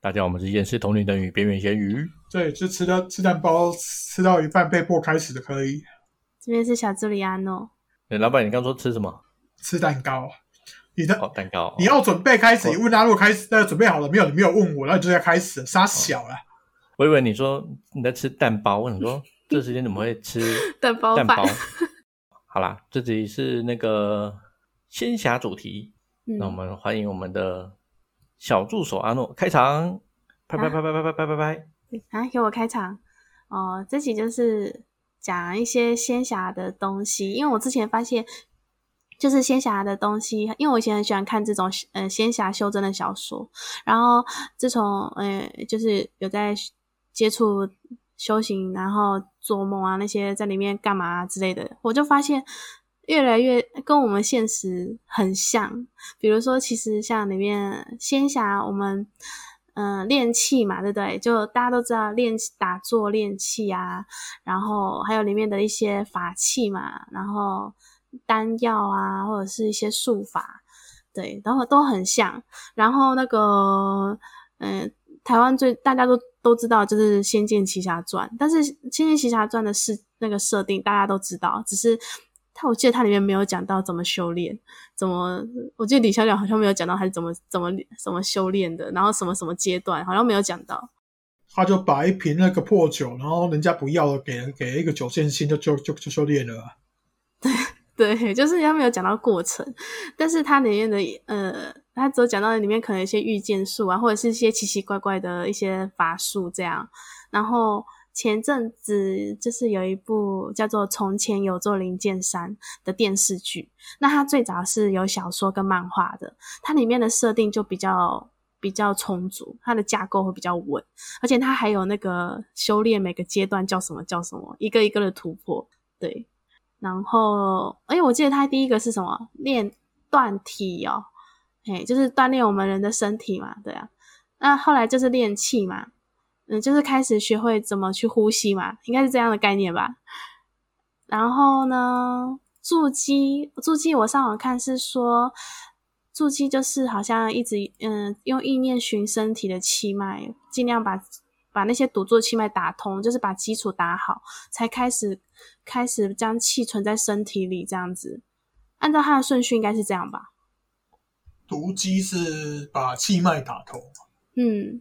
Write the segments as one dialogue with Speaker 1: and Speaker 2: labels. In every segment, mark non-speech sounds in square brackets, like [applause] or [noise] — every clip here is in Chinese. Speaker 1: 大家好，我们是厌世同龄人与边缘咸鱼。
Speaker 2: 对，就吃到吃蛋包吃到一半被迫开始的可以
Speaker 3: 这边是小助理阿诺，
Speaker 1: 哎，老板，你刚说吃什么？
Speaker 2: 吃蛋糕。你的、
Speaker 1: 哦，蛋糕。哦
Speaker 2: 你要准备开始，
Speaker 1: 哦
Speaker 2: 你问他如果开始，那准备好了没有？你没有问我，那你就要开始了杀小了。
Speaker 1: 我以为你说你在吃蛋包，我想
Speaker 3: [laughs]
Speaker 1: 说这时间怎么会吃
Speaker 3: 蛋包
Speaker 1: 蛋
Speaker 3: 饭。
Speaker 1: 包？好啦，这集是那个仙侠主题，那我
Speaker 3: [laughs] 嗯，
Speaker 1: 们欢迎我们的小助手阿诺开场，拍拍拍拍拍拍拍拍拍。
Speaker 3: 啊，给我开场哦、这集就是讲一些仙侠的东西，因为我之前发现，就是仙侠的东西，因为我以前很喜欢看这种呃仙侠修真的小说，然后自从呃就是有在接触修行，然后做梦啊那些在里面干嘛、啊之类的，我就发现越来越跟我们现实很像。比如说，其实像里面仙侠，我们嗯、呃练气嘛，对不对？就大家都知道练打坐练气啊，然后还有里面的一些法器嘛，然后丹药啊，或者是一些术法，对，然后都很像。然后那个，嗯、台湾最大家都都知道就是《仙剑奇侠传》，但是《仙剑奇侠传》的是那个设定大家都知道，只是它我记得它里面没有讲到怎么修炼，怎么我记得李小冉好像没有讲到他是怎么怎么怎么修炼的，然后什么什么阶段好像没有讲到。
Speaker 2: 他就把一瓶那个破酒，然后人家不要了，给了给了一个酒剑心，就就就就修炼了啊。
Speaker 3: [laughs] 对，就是他没有讲到过程，但是它里面的呃，它只有讲到里面可能有一些御剑术啊，或者是一些奇奇怪怪的一些法术这样。然后前阵子就是有一部叫做《从前有座灵剑山》的电视剧，那它最早是有小说跟漫画的，它里面的设定就比较比较充足，它的架构会比较稳，而且它还有那个修炼每个阶段叫什么叫什么，一个一个的突破，对。然后，哎，我记得他第一个是什么？练锻体哦，哎，就是锻炼我们人的身体嘛，对啊。那后来就是练气嘛，嗯，就是开始学会怎么去呼吸嘛，应该是这样的概念吧。然后呢，筑基，筑基，我上网看是说，筑基就是好像一直嗯用意念寻身体的气脉，尽量把把那些堵住的气脉打通，就是把基础打好。才开始开始将气存在身体里，这样子。按照它的顺序应该是这样吧？
Speaker 2: 毒鸡是把气脉打通，
Speaker 3: 嗯，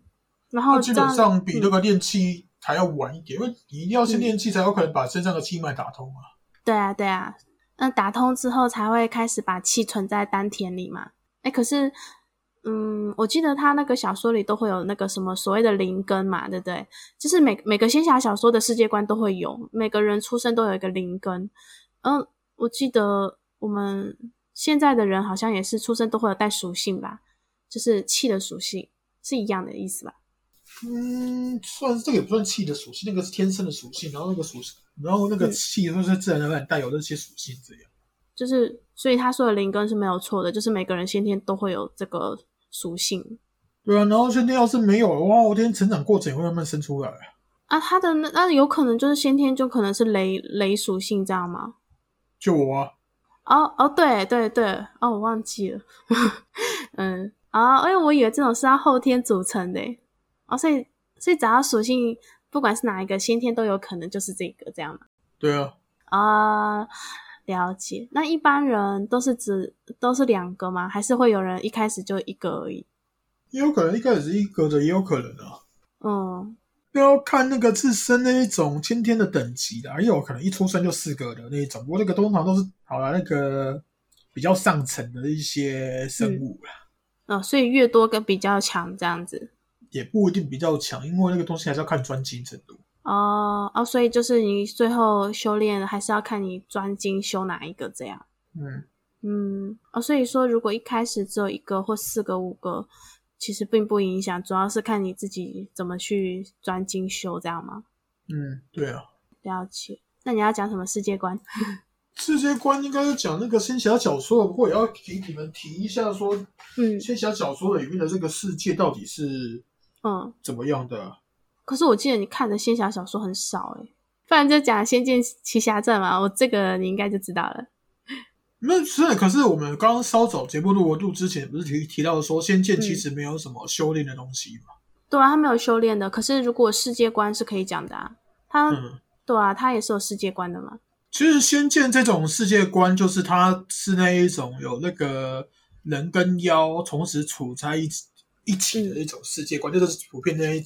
Speaker 3: 然后
Speaker 2: 那基
Speaker 3: 这
Speaker 2: 本
Speaker 3: 样
Speaker 2: 上比
Speaker 3: 嗯
Speaker 2: 那个练气还要晚一点，因为你一定要先练气，才有可能把身上的气脉打通啊。
Speaker 3: 对啊对啊，那打通之后才会开始把气存在丹田里嘛。哎，可是嗯，我记得他那个小说里都会有那个什么所谓的灵根嘛，对不对？就是每每个仙侠小说的世界观都会有，每个人出生都有一个灵根。嗯，我记得我们现在的人好像也是出生都会有带属性吧，就是气的属性是一样的意思吧？
Speaker 2: 嗯，算是这个也不算气的属性，那个是天生的属性，然后那个属性，然后那个气就是自然而然带有那些属性这样。
Speaker 3: 就是所以他说的灵根是没有错的，就是每个人先天都会有这个属性。
Speaker 2: 对啊，然后现在要是没有的话，我天成长过程也会慢慢生出来。
Speaker 3: 啊，他的那那有可能就是先天就可能是雷雷属性，这样吗？
Speaker 2: 就我啊，
Speaker 3: 哦哦，对对对，哦，我忘记了， [laughs] 嗯啊、因为我以为这种是要后天组成的耶，哦，所以所以只要属性不管是哪一个，先天都有可能就是这个这样吗？
Speaker 2: 对啊，
Speaker 3: 啊、了解。那一般人都是只都是两个吗？还是会有人一开始就一个而已？
Speaker 2: 也有可能一开始是一格的，也有可能啊。
Speaker 3: 嗯，
Speaker 2: 要看那个自身那一种先天的等级的，也有可能一出生就四个的那一种。不过那个通常都是好了，那个比较上层的一些生物啦，
Speaker 3: 哦，所以越多个比较强这样子。
Speaker 2: 也不一定比较强，因为那个东西还是要看专精程度。
Speaker 3: 哦哦，所以就是你最后修炼还是要看你专精修哪一个这样。
Speaker 2: 嗯，
Speaker 3: 嗯，哦，所以说如果一开始只有一个或四个、五个，其实并不影响，主要是看你自己怎么去专精修这样吗？
Speaker 2: 嗯，对啊。
Speaker 3: 了解。那你要讲什么世界观？
Speaker 2: 世界观应该是讲那个仙侠小说，不过也要给你们提一下说，
Speaker 3: 嗯
Speaker 2: 仙侠小说里面的这个世界到底是
Speaker 3: 嗯，
Speaker 2: 怎么样的啊、
Speaker 3: 可是我记得你看的仙侠小说很少诶、不然就讲《仙剑奇侠传》嘛，我这个你应该就知道了。
Speaker 2: 那是，可是我们刚刚稍早节目录我录之前，不是提提到说《仙剑》其实没有什么修炼的东西嘛？
Speaker 3: 对啊，他没有修炼的。可是如果世界观是可以讲的啊，他、
Speaker 2: 嗯，
Speaker 3: 对啊，他也是有世界观的嘛。
Speaker 2: 其实《仙剑》这种世界观，就是它是那一种有那个人跟妖同时处在一起一起的一种世界观，就是普遍那一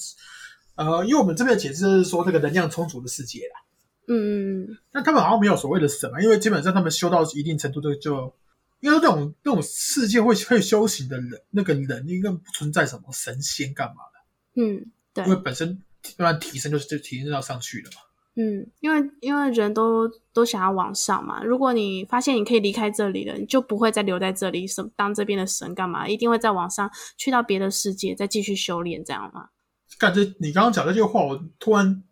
Speaker 2: 呃，因为我们这边的解释是说那个能量充足的世界啦，
Speaker 3: 嗯嗯嗯，
Speaker 2: 但他们好像没有所谓的神嘛，啊因为基本上他们修到一定程度就就，因为那种那种世界会会修行的人，那个人应该不存在什么神仙干嘛的，
Speaker 3: 嗯，对，
Speaker 2: 因为本身慢慢提升就是就提升到上去了嘛。
Speaker 3: 嗯，因为因为人都都想要往上嘛。如果你发现你可以离开这里了，你就不会再留在这里，什当这边的神干嘛？一定会再往上去到别的世界，再继续修炼，这样嘛？
Speaker 2: 感觉你刚刚讲这句话，我突然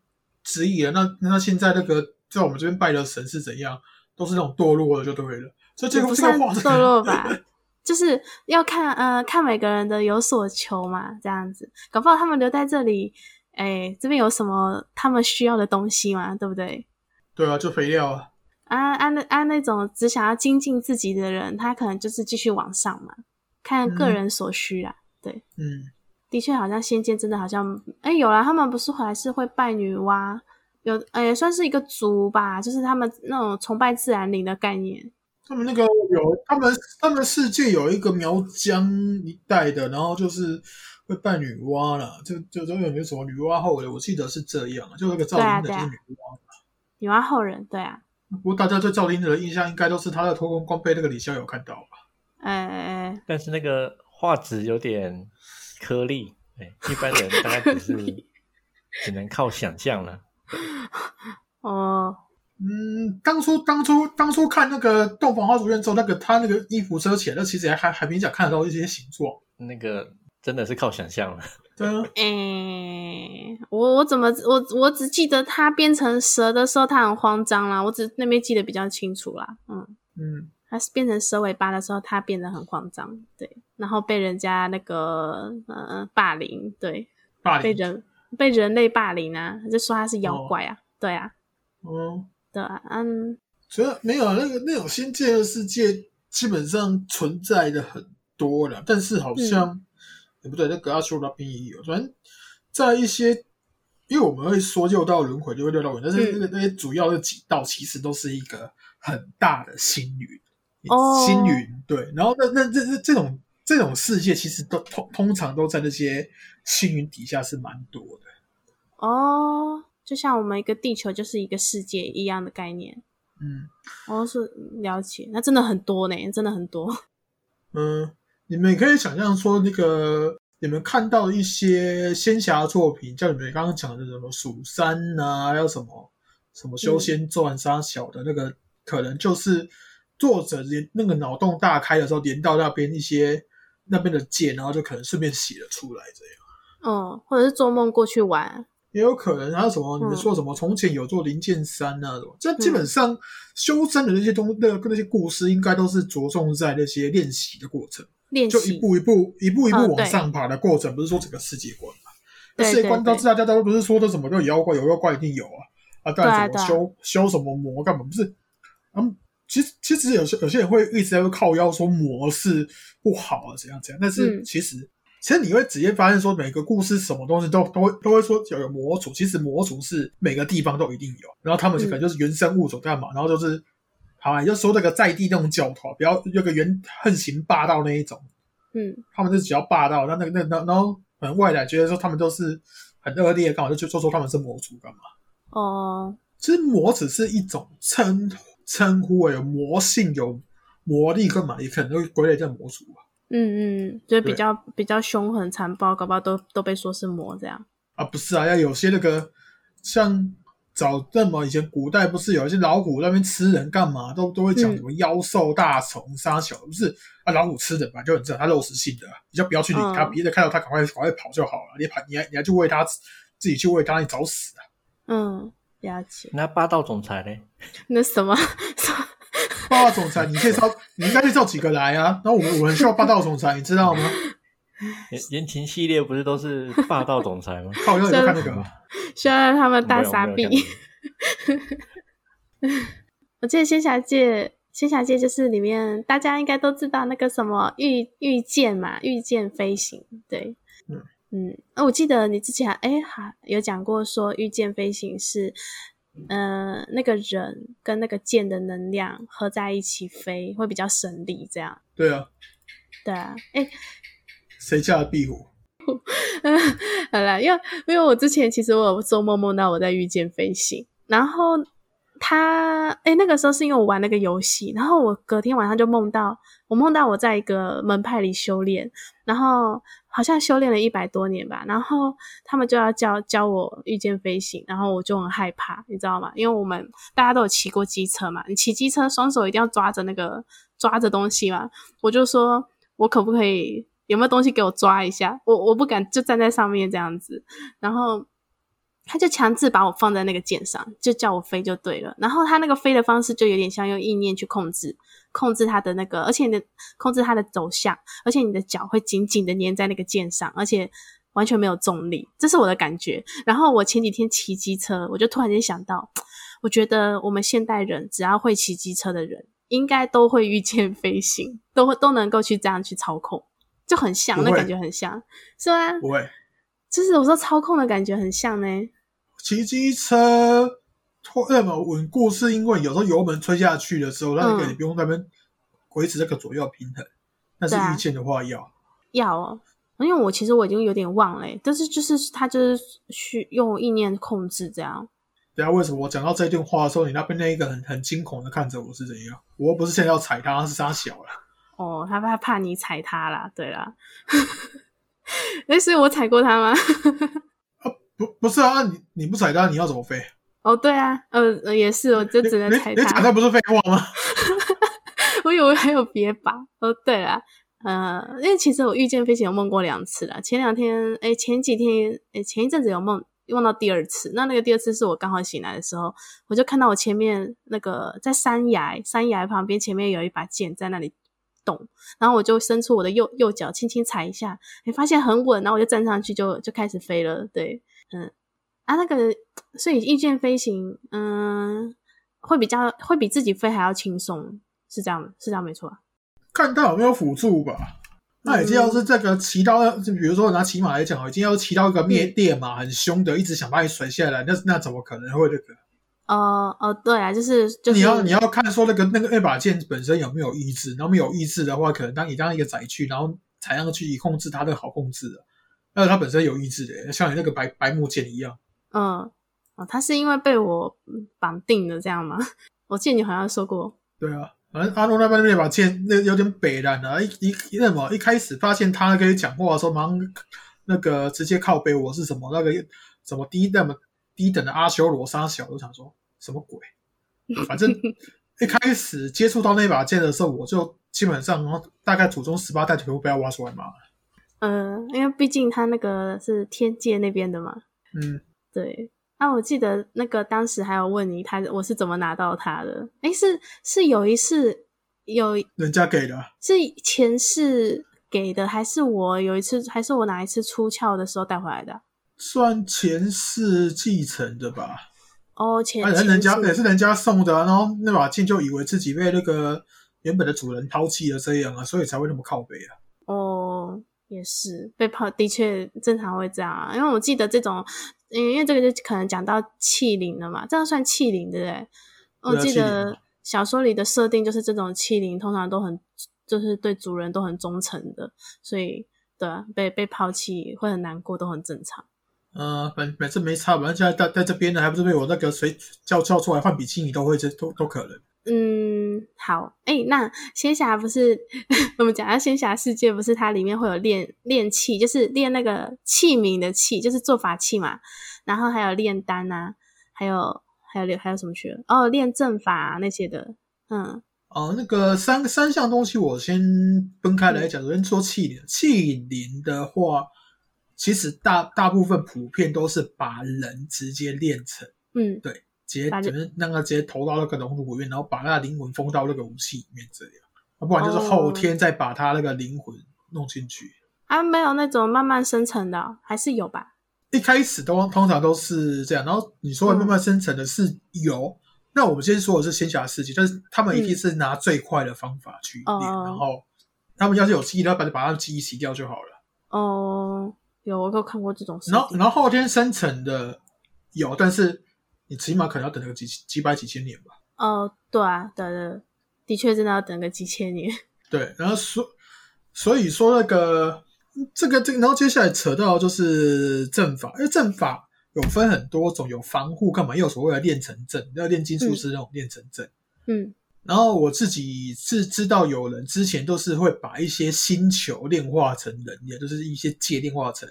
Speaker 2: 质疑了。那那现在那个在我们这边拜的神是怎样？都是那种堕落的就对了。所以这
Speaker 3: 也
Speaker 2: 个
Speaker 3: 不
Speaker 2: 这个
Speaker 3: 算
Speaker 2: 话这
Speaker 3: 堕
Speaker 2: 个
Speaker 3: 落
Speaker 2: [laughs]
Speaker 3: 吧，就是要看呃看每个人的有所求嘛，这样子。搞不好他们留在这里，哎，这边有什么他们需要的东西嘛，对不对？
Speaker 2: 对啊，就肥料啊。
Speaker 3: 啊啊那啊那种只想要精进自己的人，他可能就是继续往上嘛，看个
Speaker 2: 嗯
Speaker 3: 人所需啊啦。对，
Speaker 2: 嗯，
Speaker 3: 的确，好像仙剑真的好像，哎、有啦，他们不是还是会拜女娲，有，哎、算是一个族吧，就是他们那种崇拜自然灵的概念。
Speaker 2: 他们那个有他们他们世界有一个苗疆一带的，然后就是会拜女娲啦，就就就有没有什么女娲后人，我记得是这样，就那个赵
Speaker 3: 对啊
Speaker 2: 灵的
Speaker 3: 对
Speaker 2: 就
Speaker 3: 啊
Speaker 2: 是女娲。
Speaker 3: 女娲后人，对啊，
Speaker 2: 不过大家对赵灵的印象应该都是他的偷工光被那个李逍遥看到吧？
Speaker 3: 呃，
Speaker 1: 但是那个画质有点颗粒，哎，一般人大概
Speaker 3: [laughs]
Speaker 1: 只是只能靠想象了。
Speaker 3: 哦，
Speaker 2: 嗯，当初当初当初看那个《洞房花烛夜》之后，那个他那个衣服遮起来，那其实还还还勉强看得到一些形状。
Speaker 1: 那个真的是靠想象了。
Speaker 2: 对啊，
Speaker 3: 哎、我我怎么我我只记得他变成蛇的时候，他很慌张啦，我只那边记得比较清楚啦，嗯，
Speaker 2: 嗯，
Speaker 3: 他是变成蛇尾巴的时候，他变得很慌张，对，然后被人家那个呃霸凌，对，
Speaker 2: 霸
Speaker 3: 被
Speaker 2: 凌，
Speaker 3: 人被人类霸凌啊，就说他是妖
Speaker 2: 哦
Speaker 3: 怪啊，对啊，
Speaker 2: 嗯，
Speaker 3: 对啊，嗯，
Speaker 2: 主要没有啊那个那种仙界的世界，基本上存在的很多了，但是好像也、不对，那个阿修罗那边也有，反正在一些。因为我们会说六道轮回，就会六道轮回，但是那个、那些主要的几道其实都是一个很大的星云，
Speaker 3: 哦
Speaker 2: 星云对。然后那那这这这种这种世界，其实都通通常都在那些星云底下是蛮多的。
Speaker 3: 哦，就像我们一个地球就是一个世界一样的概念，
Speaker 2: 嗯
Speaker 3: 哦，是了解，那真的很多呢，真的很多，
Speaker 2: 嗯，你们也可以想象说，那个你们看到一些仙侠作品，像你们刚刚讲的什么《蜀山》呐，还有什么什么《修仙传》杀小的那个，可能就是作者连那个脑洞大开的时候，连到那边一些那边的界，然后就可能顺便写了出来这样。
Speaker 3: 嗯，或者是做梦过去玩，
Speaker 2: 也有可能还有什么？你们说什么？从前有座灵剑山啊，什么？这基本上修真的那些东那个那些故事，应该都是着重在那些练习的过程，
Speaker 3: 练
Speaker 2: 就一
Speaker 3: 习，
Speaker 2: 步一步、一步一步
Speaker 3: 嗯
Speaker 2: 往上爬的过程，不是说整个世界观嘛？
Speaker 3: 对
Speaker 2: 世界观
Speaker 3: 对
Speaker 2: 到
Speaker 3: 对
Speaker 2: 大家都不是说都什么都有妖怪，有妖怪一定有啊啊！当然
Speaker 3: 对
Speaker 2: 什么
Speaker 3: 啊
Speaker 2: 修、修什么魔干嘛？不是，嗯，其实其实有些有些人会一直在靠妖说魔是不好啊，怎样怎样，但是
Speaker 3: 嗯
Speaker 2: 其实。其实你会直接发现，说每个故事什么东西都都会都会说有魔族，其实魔族是每个地方都一定有，然后他们就
Speaker 3: 嗯
Speaker 2: 可能就是原生物种干嘛，然后就是，好啊，你就说那个在地那种教团，不要有个原横行霸道那一种，
Speaker 3: 嗯，
Speaker 2: 他们就只要霸道，那那那那然后可能外来觉得说他们都是很恶劣，干嘛就就说说他们是魔族干嘛？
Speaker 3: 哦，
Speaker 2: 其实魔只是一种称称呼而已，有魔性有魔力干嘛，也可能会归类在魔族啊
Speaker 3: 嗯嗯，就是比
Speaker 2: 对
Speaker 3: 较比较凶狠残暴，搞不好都都被说是魔这样，
Speaker 2: 啊，不是啊，要有些那个像早那么以前古代不是有一些老虎在那边吃人干嘛，都都会讲
Speaker 3: 嗯
Speaker 2: 什么妖兽大虫杀小，不是啊，老虎吃人吧，就很正常，它肉食性的啊，你就不要去理它，
Speaker 3: 嗯
Speaker 2: 别的看到它赶快赶快跑就好了，你跑你还你还去喂它，自己去喂它，你找死啊！
Speaker 3: 嗯，了解，
Speaker 1: 那霸道总裁呢？
Speaker 3: 那什么 [laughs]
Speaker 2: 霸道总裁，你介绍，你应该介绍几个来啊？那我们我很需要霸道总裁，你知道吗？
Speaker 1: 言言情系列不是都是霸道总裁吗？
Speaker 2: 靠，要你看那个啊，
Speaker 3: 需要让他们 [laughs] 大
Speaker 1: 没有
Speaker 3: 傻
Speaker 1: 没有
Speaker 3: 逼
Speaker 1: 看。过
Speaker 3: 我记得仙侠界，仙侠界就是里面大家应该都知道那个什么御御剑嘛，御剑飞行，对，
Speaker 2: 嗯
Speaker 3: 嗯，呃我记得你之前哎还有讲过说遇见飞行是，呃，那个人跟那个箭的能量合在一起飞会比较省力，这样
Speaker 2: 对啊，
Speaker 3: 对啊，哎，
Speaker 2: 谁家的壁虎？
Speaker 3: [laughs] 好啦，因为因为我之前其实我有做梦梦到我在遇见飞行，然后他哎、那个时候是因为我玩那个游戏，然后我隔天晚上就梦到我梦到我在一个门派里修炼，然后好像修炼了一百多年吧，然后他们就要教教我遇见飞行，然后我就很害怕，你知道吗？因为我们大家都有骑过机车嘛，你骑机车双手一定要抓着那个抓着东西嘛，我就说我可不可以有没有东西给我抓一下？我我不敢就站在上面这样子，然后他就强制把我放在那个键上，就叫我飞就对了。然后他那个飞的方式就有点像用意念去控制，控制它的那个，而且你的控制它的走向，而且你的脚会紧紧的粘在那个键上，而且。完全没有重力，这是我的感觉。然后我前几天骑机车，我就突然间想到，我觉得我们现代人只要会骑机车的人，应该都会遇见飞行，都会都能够去这样去操控，就很像，那
Speaker 2: 不会
Speaker 3: 感觉很像，是吗？
Speaker 2: 不会，
Speaker 3: 就是我说操控的感觉很像呢。
Speaker 2: 骑机车或那么稳固，是因为有时候油门吹下去的时候，那个
Speaker 3: 嗯
Speaker 2: 你不用在那边维持这个左右平衡。但是
Speaker 3: 对啊
Speaker 2: 遇见的话要，
Speaker 3: 要哦，因为我其实我已经有点忘了欸，但是就是他就是去用意念控制这样。
Speaker 2: 等一下为什么我讲到这段话的时候，你那边那一个很很惊恐的看着我是怎样？我又不是现在要踩他，是他小了。
Speaker 3: 哦，他怕怕你踩他啦，对啦。 [laughs] 哎，所以我踩过他吗？ [laughs]
Speaker 2: 不不是啊，你你不踩他，你要怎么飞？
Speaker 3: 哦，对啊，呃，呃也是，我就
Speaker 2: 你
Speaker 3: 只能
Speaker 2: 你
Speaker 3: 踩
Speaker 2: 你踩
Speaker 3: 他
Speaker 2: 他。不是废话吗？
Speaker 3: 我以为还有别把。哦，对啦，呃，因为其实我遇见飞行有梦过两次啦，前两天，哎，前几天，哎，前一阵子有梦梦到第二次，那那个第二次是我刚好醒来的时候，我就看到我前面那个在山崖，山崖旁边前面有一把剑在那里动，然后我就伸出我的右右脚轻轻踩一下，哎，发现很稳，然后我就站上去就就开始飞了，对，嗯，啊，那个，所以遇见飞行，嗯。会比较会比自己飞还要轻松，是这样的，是这样没错吧？啊
Speaker 2: 看他有没有辅助吧。那已经要是这个骑到，就比如说拿骑马来讲哦，已经要骑到一个
Speaker 3: 嗯
Speaker 2: 灭电马很凶的，一直想把你甩下来，那那怎么可能会这个？
Speaker 3: 哦哦，对啊，就是就是
Speaker 2: 你要你要看说那个那个那把剑本身有没有意志，然后没有意志的话，可能当你当一个载具，然后踩上去以控制它的好控制的。但是它本身有意志的，像你那个白白木剑一样，
Speaker 3: 嗯哦，他是因为被我嗯绑定的这样吗？ [laughs] 我记得你好像说过，
Speaker 2: 对啊。反正阿诺那边那把剑那有点北然啊，一一一那么一开始发现他跟你讲话的时候，马上那个直接靠背我是什么那个什么低那么低等的阿修罗杀小，我想说什么鬼？反正一开始接触到那把剑的时候，我就基本上大概祖宗十八代全部被他挖出来嘛。
Speaker 3: 嗯，因为毕竟他那个是天界那边的嘛，
Speaker 2: 嗯，
Speaker 3: 对。那、我记得那个当时还有问你他我是怎么拿到他的，诶，是是有一次有
Speaker 2: 人家给的，
Speaker 3: 是前世给的，还是我有一次还是我哪一次出窍的时候带回来的啊？
Speaker 2: 算前世继承的吧。
Speaker 3: 哦，前
Speaker 2: 啊，
Speaker 3: 前
Speaker 2: 人人家
Speaker 3: 世
Speaker 2: 也是人家送的啊、然后那把剑就以为自己被那个原本的主人抛弃了这样啊，所以才会那么靠背啊。
Speaker 3: 哦，也是被泡，的确正常会这样啊。因为我记得这种，嗯因为这个就可能讲到气灵了嘛，这样算气灵对不对？我
Speaker 2: 对啊
Speaker 3: 记
Speaker 2: 气灵
Speaker 3: 得小说里的设定就是这种气灵通常都很，就是对主人都很忠诚的，所以对啊、被被抛弃会很难过，都很正常。
Speaker 2: 呃，反反正没差，反正现在在在这边呢，还不是被我那个谁叫叫出来换比基尼都会这都都可能。
Speaker 3: 嗯，好，哎、那仙侠不是 [laughs] 我们讲到仙侠世界，不是它里面会有练练气，就是练那个器皿的气，就是做法器嘛。然后还有炼丹啊，还有还有还有什么去了？哦，练阵法、啊、那些的。嗯，
Speaker 2: 哦、那个三三项东西我先分开来讲。首先说气灵，气灵的话，其实大大部分普遍都是把人直接练成，
Speaker 3: 嗯，
Speaker 2: 对，直接
Speaker 3: 把人
Speaker 2: 就是让他直接投到那个熔炉里面，然后把那个灵魂封到那个武器里面这样，啊不然就是后天再把他那个灵魂弄进去。
Speaker 3: 啊，没有那种慢慢生成的哦、还是有吧？
Speaker 2: 一开始都通常都是这样，然后你说的慢慢生成的是有，那我们先说的是仙侠世界，但是他们一定是拿最快的方法去练，
Speaker 3: 嗯哦
Speaker 2: 然后他们要是有记忆，他把把他们记忆洗掉就好了。
Speaker 3: 哦，有我有看过这种设
Speaker 2: 然后
Speaker 3: 定，
Speaker 2: 然后后天生成的有，但是你起码可能要等个几几百几千年吧。
Speaker 3: 哦，对啊，对对对，的确真的要等个几千年。 [laughs]
Speaker 2: 对，然后所所以说那个这个这个，然后接下来扯到就是阵法，因为阵法有分很多种，有防护干嘛，也有所谓的炼成阵，要炼金术师那种炼成阵。
Speaker 3: 嗯，
Speaker 2: 然后我自己是知道有人之前都是会把一些星球炼化成能量，就是一些界炼化成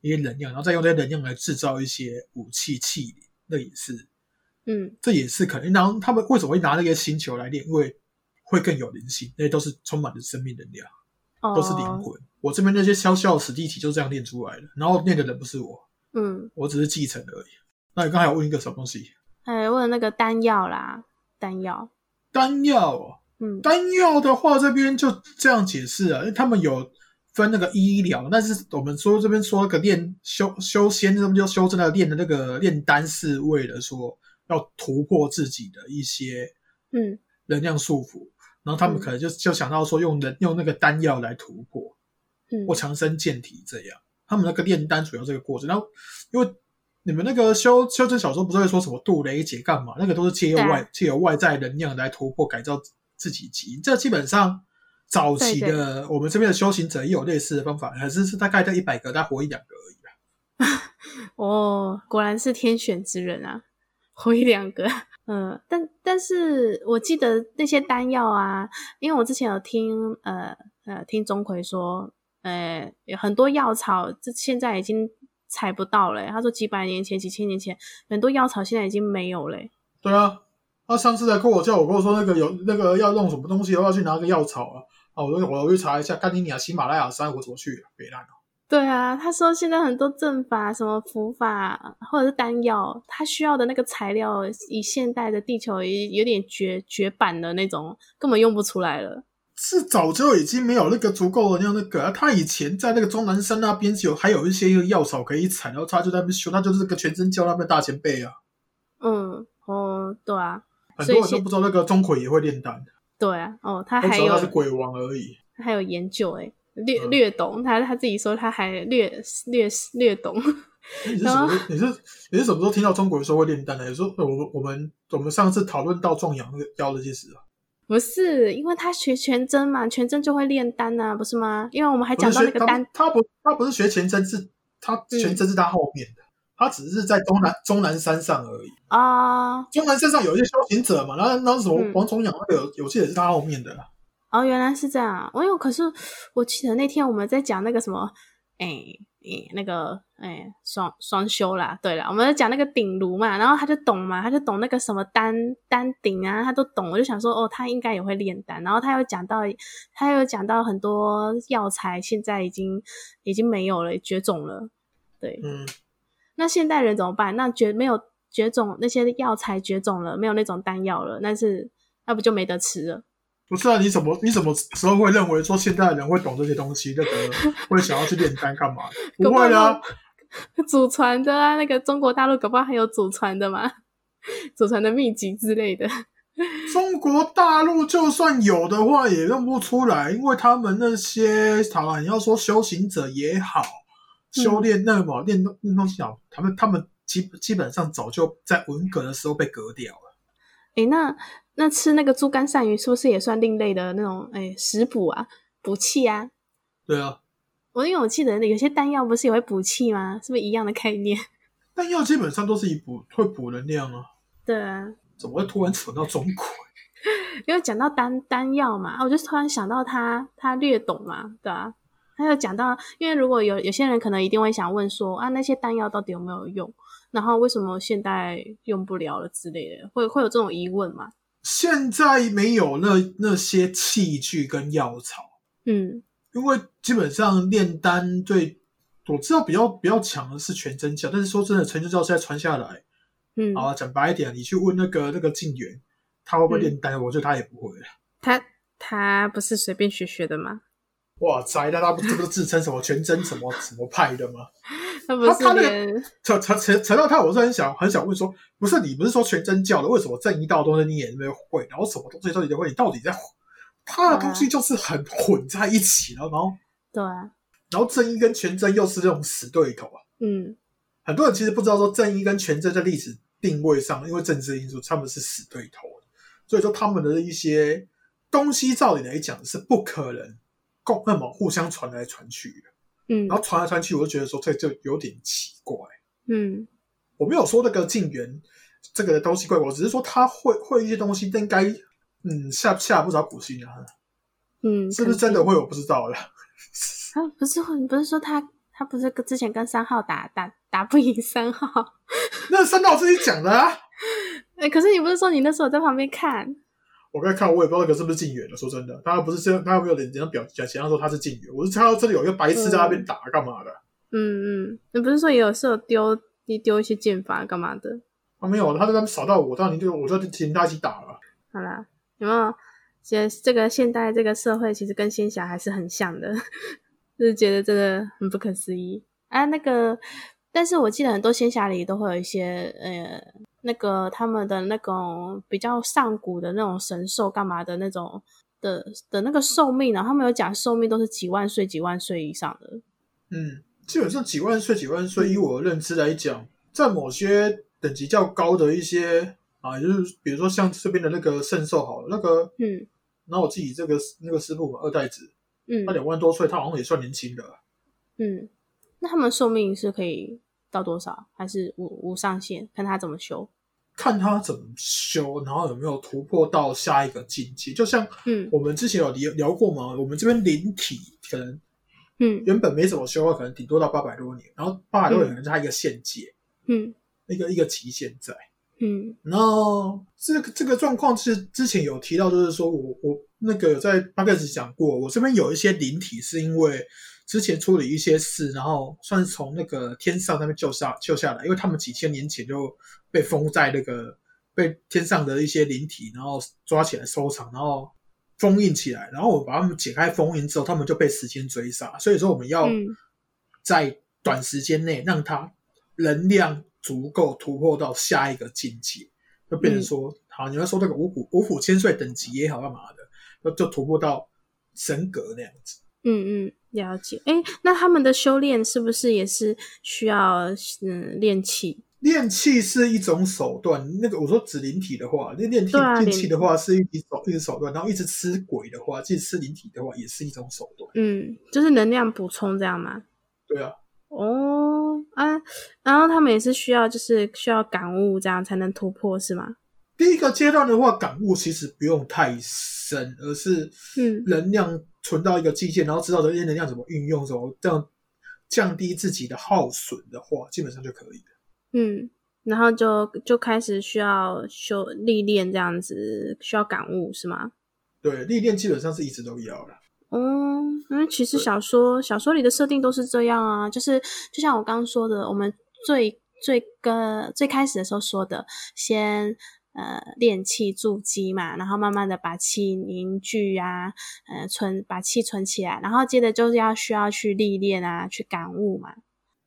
Speaker 2: 一些能量，然后再用这些能量来制造一些武器器皿，那也是
Speaker 3: 嗯，
Speaker 2: 这也是可能。然后他们为什么会拿那个星球来炼？因为会更有灵性，那些都是充满了生命能量，
Speaker 3: 哦，
Speaker 2: 都是灵魂。我这边那些小小史地体就是这样炼出来的，然后炼的人不是我，
Speaker 3: 嗯，
Speaker 2: 我只是继承而已。那你刚才有问一个什么东西？
Speaker 3: 哎，问那个丹药啦，丹药，
Speaker 2: 丹药哦，
Speaker 3: 嗯，
Speaker 2: 丹药的话，这边就这样解释啊，因为他们有分那个医疗，但是我们说这边说那个炼修修仙，这不就修真的炼的那个炼丹是为了说要突破自己的一些
Speaker 3: 嗯，
Speaker 2: 能量束缚，然后他们可能就就想到说用人用那个丹药来突破
Speaker 3: 嗯，
Speaker 2: 或强身健体这样，他们那个炼丹主要这个过程，然后因为。你们那个修修真小说不是会说什么杜雷解干嘛？那个都是借由
Speaker 3: 对啊
Speaker 2: 外借由外在能量来突破改造自己级。这基本上早期
Speaker 3: 对
Speaker 2: 的我们这边的修行者也有类似的方法，还是是大概在一百个，大概活一两个而已啊。
Speaker 3: 哦，果然是天选之人啊，回两个。嗯，但但是我记得那些丹药啊，因为我之前有听呃呃听钟馗说，呃有很多药草，这现在已经采不到了欸。他说几百年前、几千年前，很多药草现在已经没有了欸。
Speaker 2: 对啊，他上次来跟我叫我跟我说那个有那个要弄什么东西的话，去拿个药草啊。啊，我就我去查一下，干你娘喜马拉雅山，我怎么去、啊？别烂了。
Speaker 3: 对啊，他说现在很多阵法、什么符法或者是丹药，他需要的那个材料，以现代的地球已有点绝绝版的那种，根本用不出来了。
Speaker 2: 是早就已经没有那个足够的那样那个、啊，他以前在那个终南山那边是有还有一些药草可以采，然后他就在那边修，他就是个全身教那边大前辈啊。
Speaker 3: 嗯，哦，对啊，
Speaker 2: 很
Speaker 3: 所
Speaker 2: 多
Speaker 3: 以
Speaker 2: 人都
Speaker 3: 现
Speaker 2: 不知道那个钟馗也会炼丹，
Speaker 3: 对啊，哦，他
Speaker 2: 都
Speaker 3: 还
Speaker 2: 知道
Speaker 3: 有
Speaker 2: 他是鬼王而已。
Speaker 3: 他 [laughs] 还有研究诶，略
Speaker 2: 嗯
Speaker 3: 略懂，他他自己说他还略略略懂， [laughs]
Speaker 2: 你是什么时哎候？你是你是什么时候听到中国人说会炼丹的？你说呃我们我们我们上次讨论到壮阳那个药那些事啊，
Speaker 3: 不是因为他学全真嘛，全真就会炼丹呐、啊，不是吗？因为我们还
Speaker 2: 不是
Speaker 3: 讲到
Speaker 2: 学
Speaker 3: 那个丹，
Speaker 2: 他不他不他不是学前身，是他
Speaker 3: 嗯
Speaker 2: 前身是他后面的，他只是在终南终南山上而已。
Speaker 3: 啊、
Speaker 2: 终南山上有一些修行者嘛，然后然后什么
Speaker 3: 嗯
Speaker 2: 王重阳那个有有些也是他后面的啦。
Speaker 3: 哦，原来是这样啊。哎呦，可是我记得那天我们在讲那个什么，哎、哎那个哎、双双修啦，对啦，我们在讲那个鼎炉嘛，然后他就懂嘛，他就懂那个什么丹丹鼎啊，他都懂。我就想说，哦，他应该也会炼丹。然后他又讲到，他又讲到很多药材现在已经已经没有了，绝种了。对，
Speaker 2: 嗯，
Speaker 3: 那现代人怎么办？那绝没有绝种，那些药材绝种了，没有那种丹药了，但是那不就没得吃了？
Speaker 2: 不是啊，你怎么你什么时候会认为说现代人会懂这些东西？那个会想要去炼丹干嘛？不会啊啦，
Speaker 3: [laughs] 祖传的啊，那个中国大陆搞不好还有祖传的嘛， [laughs] 祖传的秘籍之类的。
Speaker 2: 中国大陆就算有的话，也认不出来，因为他们那些好了，你要说修行者也好，修炼那么练东练东西好，他们他们基基本上早就在文革的时候被革掉了。
Speaker 3: [laughs] 诶，那那吃那个猪肝鳝鱼是不是也算另类的那种诶食补啊，补气啊？
Speaker 2: 对啊，
Speaker 3: 我因为我记得有些丹药不是也会补气吗？是不是一样的概念？ [laughs]
Speaker 2: 但药基本上都是以补会补能量啊，
Speaker 3: 对啊，
Speaker 2: 怎么会突然扯到中国？
Speaker 3: 因为讲到丹丹药嘛，啊我就突然想到他他略懂嘛，对啊。他有讲到，因为如果有有些人可能一定会想问说啊，那些丹药到底有没有用？然后为什么现在用不了了之类的，会会有这种疑问嘛？
Speaker 2: 现在没有那那些器具跟药草。
Speaker 3: 嗯
Speaker 2: 因为基本上炼丹对我知道比较比较强的是全真教，但是说真的，全真教现在传下来，
Speaker 3: 嗯，
Speaker 2: 好啊，讲白一点，你去问那个那个晋元，他会不会炼丹？我觉得他也不会。
Speaker 3: 他他不是随便学学的吗？
Speaker 2: 哇塞，那他不这不是自称什么全真什么什么派的吗？
Speaker 3: 他不
Speaker 2: 他
Speaker 3: 是
Speaker 2: 他那个
Speaker 3: 连
Speaker 2: 扯扯扯扯到他，我是很想很想问说，不是你不是说全真教的，为什么正一道东西你也没有会，然后什么东西都你都会，你到底在他的东西就是很混在一起了，然后
Speaker 3: 对啊，
Speaker 2: 然后正一跟全真又是这种死对头啊。
Speaker 3: 嗯，
Speaker 2: 很多人其实不知道说正一跟全真在历史定位上，因为政治因素，他们是死对头的，所以说他们的一些东西，照理来讲是不可能共那么互相传来传去的。
Speaker 3: 嗯
Speaker 2: 然后传来传去，我就觉得说这就有点奇怪。
Speaker 3: 嗯
Speaker 2: 我没有说那个晋元这个东西怪怪，我只是说他会会一些东西，应该嗯下下不少苦心啊，
Speaker 3: 嗯，
Speaker 2: 是不是
Speaker 3: 肯
Speaker 2: 真的
Speaker 3: 定？
Speaker 2: 会我不知道了。
Speaker 3: 他不是会不是说他他不是跟之前跟三号打打打不赢三号？ [laughs]
Speaker 2: 那三道自己讲的啊，
Speaker 3: 哎、可是你不是说你那时候在旁边看？
Speaker 2: 我刚才看我也不知道那个是不是晋元了。说真的，他不是真，他没有脸上表讲，想要说他是晋元，我是看到这里有一个白痴在那边打干嘛的。
Speaker 3: 嗯嗯，你不是说也有时候丢你丢一些剑法干嘛的？
Speaker 2: 啊，没有，他在那边扫到我，当然就我就请他一起打了。
Speaker 3: 好啦，有没有？其实这个现代这个社会其实跟仙侠还是很像的， [laughs] 就是觉得真的很不可思议啊。那个，但是我记得很多仙侠里都会有一些呃，那个他们的那种比较上古的那种神兽干嘛的那种的的那个寿命啊，他们有讲寿命都是几万岁、几万岁以上的。
Speaker 2: 嗯，基本上几万岁、几万岁，
Speaker 3: 嗯
Speaker 2: 以我的认知来讲，在某些等级较高的一些啊，就是比如说像这边的那个圣兽好了，那个
Speaker 3: 嗯
Speaker 2: 然后我自己这个那个师傅嘛，二代子，
Speaker 3: 嗯
Speaker 2: 他两万多岁，他好像也算年轻的。
Speaker 3: 嗯，那他们寿命是可以到多少？还是无无上限？看他怎么修。
Speaker 2: 看他怎么修，然后有没有突破到下一个境界。就像
Speaker 3: 嗯
Speaker 2: 我们之前有聊聊过嘛，我们这边灵体可能
Speaker 3: 嗯
Speaker 2: 原本没怎么修，可能顶多到八百多年，然后八百多年可能是它一个限界，
Speaker 3: 嗯
Speaker 2: 一个一个期限在。
Speaker 3: 嗯。
Speaker 2: 然后这个这个状况是之前有提到，就是说我我那个有在八 a 斯讲过，我这边有一些灵体是因为之前处理一些事，然后算是从那个天上那边救下救下来，因为他们几千年前就被封在那个被天上的一些灵体，然后抓起来收藏，然后封印起来，然后我把他们解开封印之后，他们就被时间追杀，所以说我们要
Speaker 3: 嗯
Speaker 2: 在短时间内让它能量足够突破到下一个境界。就变成说，
Speaker 3: 嗯
Speaker 2: 好，你要说这个五虎五虎千岁等级也好，啊干嘛的，就就突破到神格那样子。
Speaker 3: 嗯嗯，了解。哎，那他们的修炼是不是也是需要嗯练气？
Speaker 2: 练气是一种手段，那个我说指灵体的话，那练气
Speaker 3: 对啊
Speaker 2: 练
Speaker 3: 灵
Speaker 2: 气的话是一种手一种手段，然后一直吃鬼的话，一直吃灵体的话也是一种手段。
Speaker 3: 嗯，就是能量补充这样吗？
Speaker 2: 对啊，
Speaker 3: 哦啊，然后他们也是需要就是需要感悟这样才能突破是吗？
Speaker 2: 第一个阶段的话，感悟其实不用太深，而是
Speaker 3: 嗯
Speaker 2: 能量存到一个极限，然后知道这些能量怎么运用，怎么这样降低自己的耗损的话，基本上就可以了。
Speaker 3: 嗯，然后就就开始需要修历练这样子，需要感悟是吗？
Speaker 2: 对，历练基本上是一直都要了。
Speaker 3: 哦，因为其实
Speaker 2: 对
Speaker 3: 小说小说里的设定都是这样啊，就是就像我刚刚说的，我们最最跟最开始的时候说的，先呃练气筑基嘛，然后慢慢的把气凝聚啊，呃存把气存起来，然后接着就是要需要去历练啊，去感悟嘛。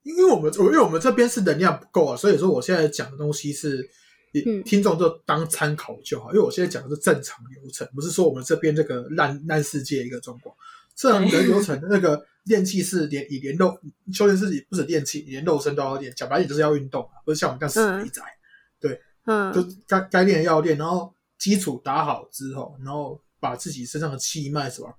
Speaker 2: 因为我们我因为我们这边是能量不够啊，所以说我现在讲的东西是，也
Speaker 3: 嗯
Speaker 2: 听众就当参考就好。因为我现在讲的是正常流程，不是说我们这边这个烂烂世界一个状况。正常的流程，那个练气是连以连肉修炼是不止练气，连肉身都要练。讲白点就是要运动啊，不是像我们这样死肥宅，就
Speaker 3: 嗯
Speaker 2: 该该练的要练，然后基础打好之后，然后把自己身上的气脉什么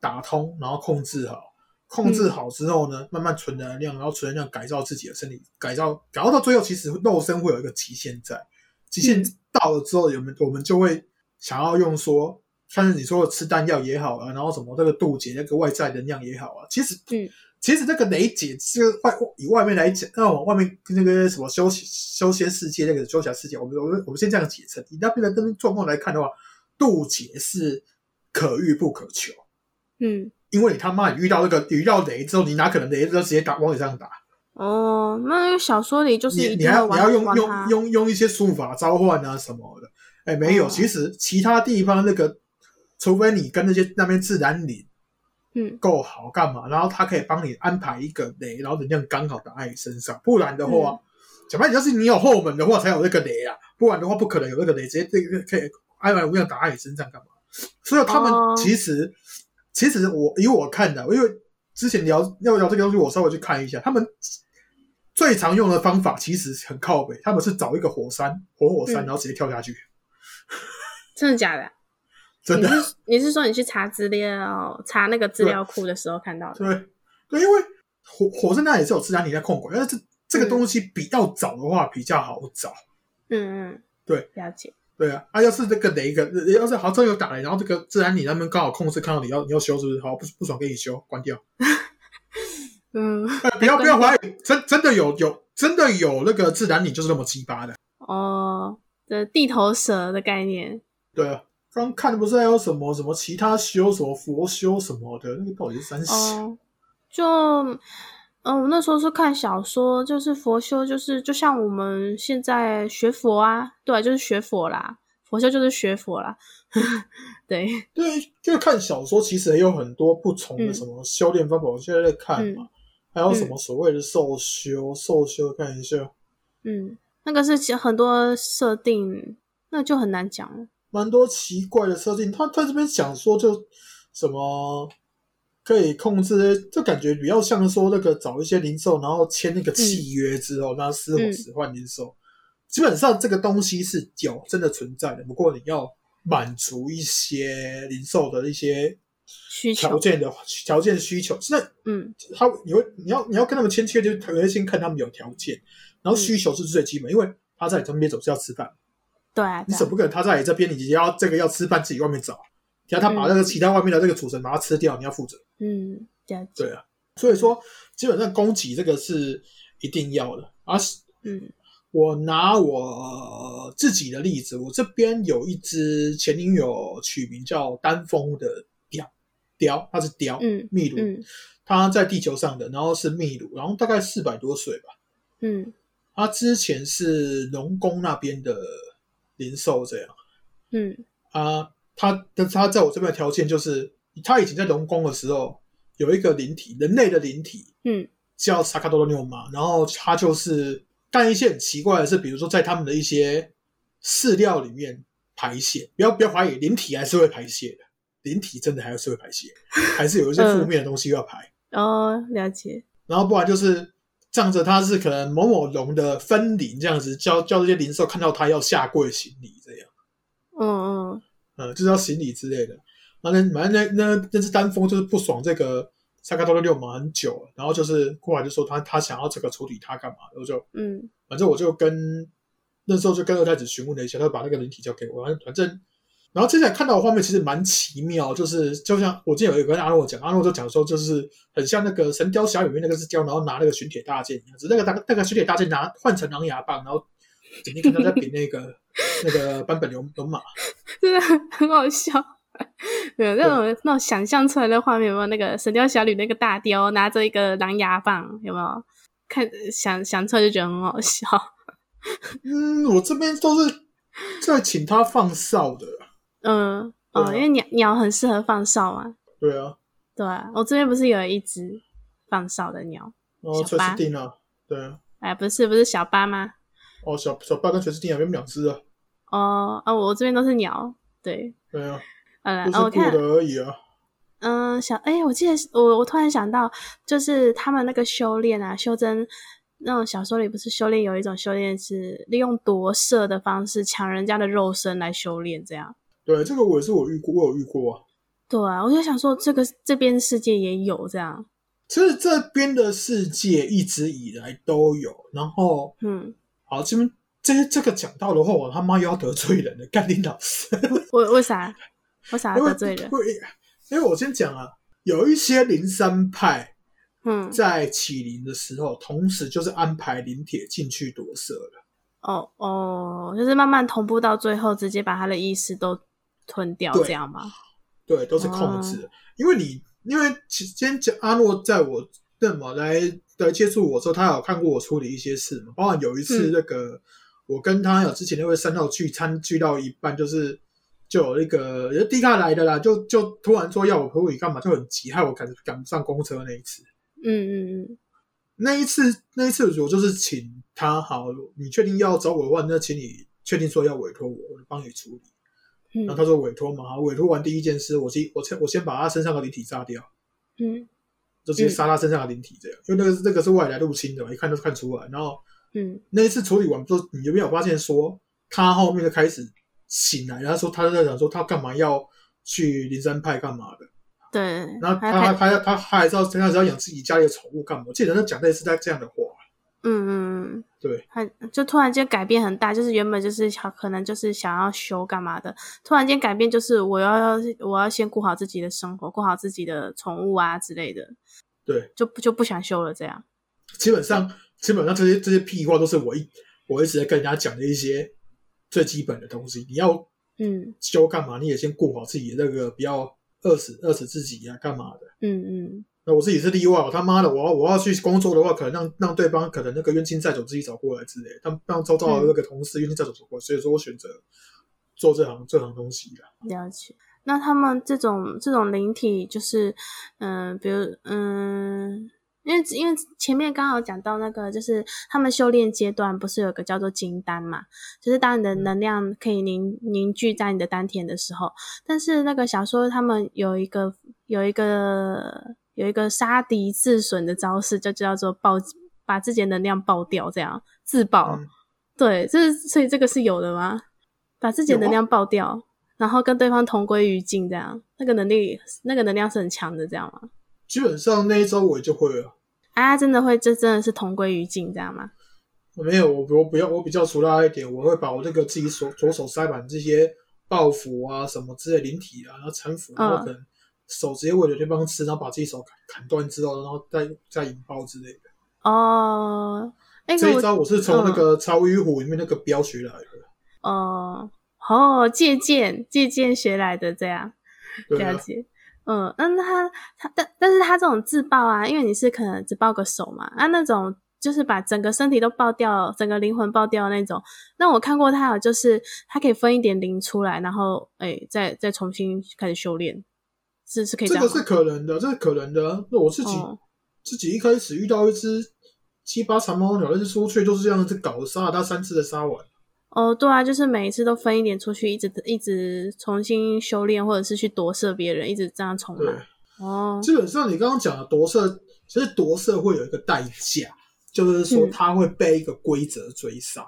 Speaker 2: 打通，然后控制好，控制好之后呢，慢慢存能量，然后存能量改造自己的身体，改造改造到最后，其实肉身会有一个极限在，极限
Speaker 3: 嗯
Speaker 2: 到了之后，我们我们就会想要用说。像是你说的吃丹药也好啊，然后什么那个渡解那个外在能量也好啊，其实，
Speaker 3: 嗯，
Speaker 2: 其实那个雷解这个外以外面来讲，那我外面那个什么修修仙世界那个修侠世界，我们我们我们先这样解释，以那边的跟状况来看的话，渡劫是可遇不可求，
Speaker 3: 嗯，
Speaker 2: 因为你他妈你遇到那个你遇到雷之后，你哪可能雷就直接打往你上打？
Speaker 3: 哦，那小说里就是
Speaker 2: 你
Speaker 3: 一
Speaker 2: 你
Speaker 3: 定
Speaker 2: 还要你
Speaker 3: 会
Speaker 2: 要
Speaker 3: 玩
Speaker 2: 用
Speaker 3: 玩
Speaker 2: 用
Speaker 3: 它。
Speaker 2: 用用一些术法召唤啊什么的。哎，没有，
Speaker 3: 哦
Speaker 2: 其实其他地方那个，除非你跟那些那边自然灵
Speaker 3: 嗯
Speaker 2: 够好干嘛，然后他可以帮你安排一个雷，然后能量刚好打在你身上，不然的
Speaker 3: 嗯
Speaker 2: 话，讲白点就是你有后门的话才有那个雷啊，不然的话不可能有那个雷直接这个可以安排无量打在你身上干嘛？所以他们
Speaker 3: 哦
Speaker 2: 其实、其实我以我看的，因为之前聊要聊这个东西，我稍微去看一下，他们最常用的方法其实很靠北，他们是找一个火山，活火山，
Speaker 3: 嗯
Speaker 2: 然后直接跳下去，
Speaker 3: 真的
Speaker 2: [laughs]
Speaker 3: 假的啊？
Speaker 2: 真
Speaker 3: 你
Speaker 2: 的。
Speaker 3: 是你是说你去查资料、查那个资料库的时候看到的？
Speaker 2: 对对，因为火火山那也是有自然体在控管，但是这这个
Speaker 3: 嗯
Speaker 2: 东西比较早的话比较好找。
Speaker 3: 嗯嗯，
Speaker 2: 对，
Speaker 3: 了解。
Speaker 2: 对啊，啊，要是这个雷个，要是好像有打雷，然后这个自然你那边刚好控制看到你要你要修是不是？好，不不爽给你修，关掉。
Speaker 3: 嗯，
Speaker 2: 哎不要不要怀疑，真真的有有真的有那个自然你就是那么鸡巴的。
Speaker 3: 哦，这地头蛇的概念，
Speaker 2: 对啊，刚看不是还有什么什么其他修什么佛修什么的，那个到底是三小？
Speaker 3: 哦，就嗯、呃我那时候是看小说，就是佛修，就是就像我们现在学佛啊，对啊，就是学佛啦，佛修就是学佛啦， [laughs] 对，
Speaker 2: 对，就是看小说，其实也有很多不同的
Speaker 3: 嗯
Speaker 2: 什么修炼方法，我现在在看嘛，还有什么所谓的兽修，兽修看一下，
Speaker 3: 嗯，那个是其很多设定，那就很难讲了。
Speaker 2: 蛮多奇怪的设定。他他这边讲说就什么可以控制，就感觉比较像说那个找一些灵兽，然后签那个契约之后，那死火
Speaker 3: 嗯
Speaker 2: 使唤灵兽。基本上这个东西是有真的存在的，不过你要满足一些灵兽的一些
Speaker 3: 需
Speaker 2: 条
Speaker 3: 求，
Speaker 2: 件的条件需求，那
Speaker 3: 嗯
Speaker 2: 他你会你要你要跟他们签契约，就是首先看他们有条件，然后需求是最基本，因为他在你这边总是要吃饭，，
Speaker 3: 对啊，
Speaker 2: 你
Speaker 3: 对啊
Speaker 2: 总不可能他在你这边你要这个要吃饭自己外面找，只要他把
Speaker 3: 嗯
Speaker 2: 那个其他外面的这个主神把它吃掉，你要负责。
Speaker 3: 嗯，了解，
Speaker 2: 对啊，所以说基本上供给这个是一定要的。而
Speaker 3: 嗯
Speaker 2: 我拿我、呃自己的例子，我这边有一只前女友取名叫丹峰的雕雕，它是雕，
Speaker 3: 嗯
Speaker 2: 秘鲁
Speaker 3: 嗯
Speaker 2: 它在地球上的，然后是秘鲁，然后大概四百多岁吧。
Speaker 3: 嗯
Speaker 2: 它之前是龙宫那边的零售这样
Speaker 3: 嗯
Speaker 2: 啊。它但是它在我这边的条件就是，它以前在龙宫的时候有一个灵体，人类的灵体
Speaker 3: 嗯
Speaker 2: 叫萨卡多罗纽玛，然后它就是干一些很奇怪的事，比如说在他们的一些饲料里面排泄，不要不要怀疑，灵体还是会排泄的，灵体真的还是会排泄，还是有一些负面的东西要排。
Speaker 3: 嗯，哦，了解，
Speaker 2: 然后不然就是仗着他是可能某某龙的分灵这样子，叫叫这些灵兽看到他要下跪行礼这样，
Speaker 3: 嗯嗯
Speaker 2: 呃，就是要行礼之类的。然后那反正那那那只丹峰就是不爽这个萨卡多六六嘛很久了，然后就是过来就说他他想要这个处理他干嘛，然后就
Speaker 3: 嗯 [laughs]
Speaker 2: 反正我就跟那时候就跟二太子询问了一下，他就把那个灵体交给我，反正。然后接下来看到的画面其实蛮奇妙，就是就像我之前有一个跟阿诺讲，阿诺就讲说，就是很像那个《神雕侠侣》里面那个是雕，然后拿那个玄铁大剑一样，只是那个大那个玄铁大剑拿换成狼牙棒，然后整天看他在比那个那个版本龙龙马，
Speaker 3: 真的很好笑。没有那种那种想象出来的画面，有没有那个《神雕侠侣》那个大雕拿着一个狼牙棒，有没有？看想想出来就觉得很好笑。
Speaker 2: 嗯，我这边都是在请他放哨的，
Speaker 3: 嗯
Speaker 2: 对
Speaker 3: 哦，
Speaker 2: 啊
Speaker 3: 因为鸟鸟很适合放哨嘛，
Speaker 2: 对啊，
Speaker 3: 对啊，我这边不是有一只放哨的鸟？
Speaker 2: 然后
Speaker 3: 小
Speaker 2: 崔斯
Speaker 3: 八
Speaker 2: 汀啊，对啊，
Speaker 3: 哎，不是不是小巴吗？
Speaker 2: 哦小小八跟崔斯汀啊，他们两只啊，
Speaker 3: 哦啊，我这边都是鸟。对，
Speaker 2: 对啊，
Speaker 3: 好了，
Speaker 2: 都
Speaker 3: 哦我
Speaker 2: 是
Speaker 3: 看
Speaker 2: 过的而已啊，
Speaker 3: 嗯，小哎、我记得是我我突然想到，就是他们那个修炼啊，修真那种小说里不是修炼有一种修炼是利用夺舍的方式抢人家的肉身来修炼，这样。
Speaker 2: 对，这个我也是我遇过，我有遇过啊。
Speaker 3: 对啊，我就想说这个这边世界也有这样，
Speaker 2: 其实这边的世界一直以来都有，然后
Speaker 3: 嗯，
Speaker 2: 好，这边这这个讲到的话，我他妈又要得罪人了，干你老师，
Speaker 3: 为为啥为啥
Speaker 2: 因为
Speaker 3: 啊得罪人？
Speaker 2: 因为因为我先讲啊，有一些灵山派
Speaker 3: 嗯，
Speaker 2: 在起灵的时候，同时就是安排灵铁进去夺舍了。
Speaker 3: 哦哦，就是慢慢同步到最后，直接把他的意识都吞掉，
Speaker 2: 对
Speaker 3: 这样吗？
Speaker 2: 对，都是控制，因为你因为其先讲阿诺在我那么来来接触我之后，他有看过我处理一些事嘛，包括有一次
Speaker 3: 嗯
Speaker 2: 那个、我跟他有之前那位三号聚餐聚到一半，就是就有一个就低卡来的啦，就就突然说要我陪你干嘛，就很急，害我赶赶不上公车那一次。
Speaker 3: 嗯嗯
Speaker 2: 那一次，那一次我就是请他，好，你确定要找我的话，那请你确定说要委托我，我帮你处理。
Speaker 3: 嗯
Speaker 2: 然后
Speaker 3: 嗯
Speaker 2: 他说委托嘛，好委托完第一件事，我先我先我先把他身上的灵体炸掉，
Speaker 3: 嗯
Speaker 2: 就直接杀他身上的灵体这样，因为那个是那个是外来入侵的嘛，一看就看出来。然后
Speaker 3: 嗯，
Speaker 2: 那一次处理完之后，你有没有发现说他后面就开始醒来，然后说他就在想说他干嘛要去灵山派干嘛的？
Speaker 3: 对。
Speaker 2: 然后
Speaker 3: 还
Speaker 2: 他他
Speaker 3: 拍
Speaker 2: 他他他还知道他还是要养自己家里的宠物干嘛？我记得他讲类似在这样的话，
Speaker 3: 嗯嗯嗯，
Speaker 2: 对，
Speaker 3: 很就突然间改变很大，就是原本就是想可能就是想要修干嘛的，突然间改变就是我要我要先顾好自己的生活，顾好自己的宠物啊之类的，
Speaker 2: 对，
Speaker 3: 就不就不想修了这样。
Speaker 2: 基本上基本上这些这些屁话都是我一我一直在跟人家讲的一些最基本的东西。你要
Speaker 3: 嗯
Speaker 2: 修干嘛？你也先顾好自己的那个，不要饿死饿死自己呀、干嘛的？
Speaker 3: 嗯嗯，
Speaker 2: 那我自己是例外，我他妈的，我要我要去工作的话，可能让让对方可能那个冤亲债主自己找过来之类，让让周遭的那个同事冤亲债主找过来，所以说我选择做这行这行东西啊啦。
Speaker 3: 了解。那他们这种这种灵体，就是嗯、呃比如嗯、因为因为前面刚好讲到那个，就是他们修炼阶段不是有个叫做金丹嘛，就是当你的能量可以凝凝聚在你的丹田的时候，但是那个小说他们有一个有一个有一个杀敌自损的招式，就叫做爆把自己的能量爆掉，这样自爆。
Speaker 2: 嗯
Speaker 3: 对，这是所以这个是有的吗？把自己的能量爆掉，然后跟对方同归于尽，这样那个能力那个能量是很强的，这样吗？
Speaker 2: 基本上那一周我就会了，
Speaker 3: 啊，真的会这真的是同归于尽，这样吗？
Speaker 2: 我没有我我不要我比较粗拉一点，我会把我这个自己手左手塞满这些抱符啊什么之类灵体啊，然后臣服，然后可能手直接喂给对方吃，然后把自己手砍砍断之后，然后再再引爆之类的。
Speaker 3: 哦，那
Speaker 2: 这
Speaker 3: 个
Speaker 2: 一招
Speaker 3: 我嗯
Speaker 2: 我是从那个《超鱼虎》里面那个镖学来的。
Speaker 3: 哦哦借鉴借鉴学来的这样。
Speaker 2: 对
Speaker 3: 了
Speaker 2: 啊，
Speaker 3: 解。嗯，那他他但但是他这种自爆啊，因为你是可能只爆个手嘛，啊那种就是把整个身体都爆掉，整个灵魂爆掉的那种。那我看过他有，就是他可以分一点灵出来，然后哎、再再重新开始修炼，是是可以
Speaker 2: 这
Speaker 3: 样
Speaker 2: 个
Speaker 3: 吗？
Speaker 2: 是可能的，这是可能的啊。那我自己、
Speaker 3: 哦
Speaker 2: 自己一开始遇到一只七八长毛鸟，那只出去就是这样子搞杀了它三次的杀完。
Speaker 3: 哦，对啊，就是每一次都分一点出去，一直一直重新修炼，或者是去夺舍别人，一直这样重
Speaker 2: 对，
Speaker 3: 来。哦，
Speaker 2: 基本上你刚刚讲的夺舍，其实夺舍会有一个代价，就是说
Speaker 3: 嗯
Speaker 2: 它会被一个规则追杀。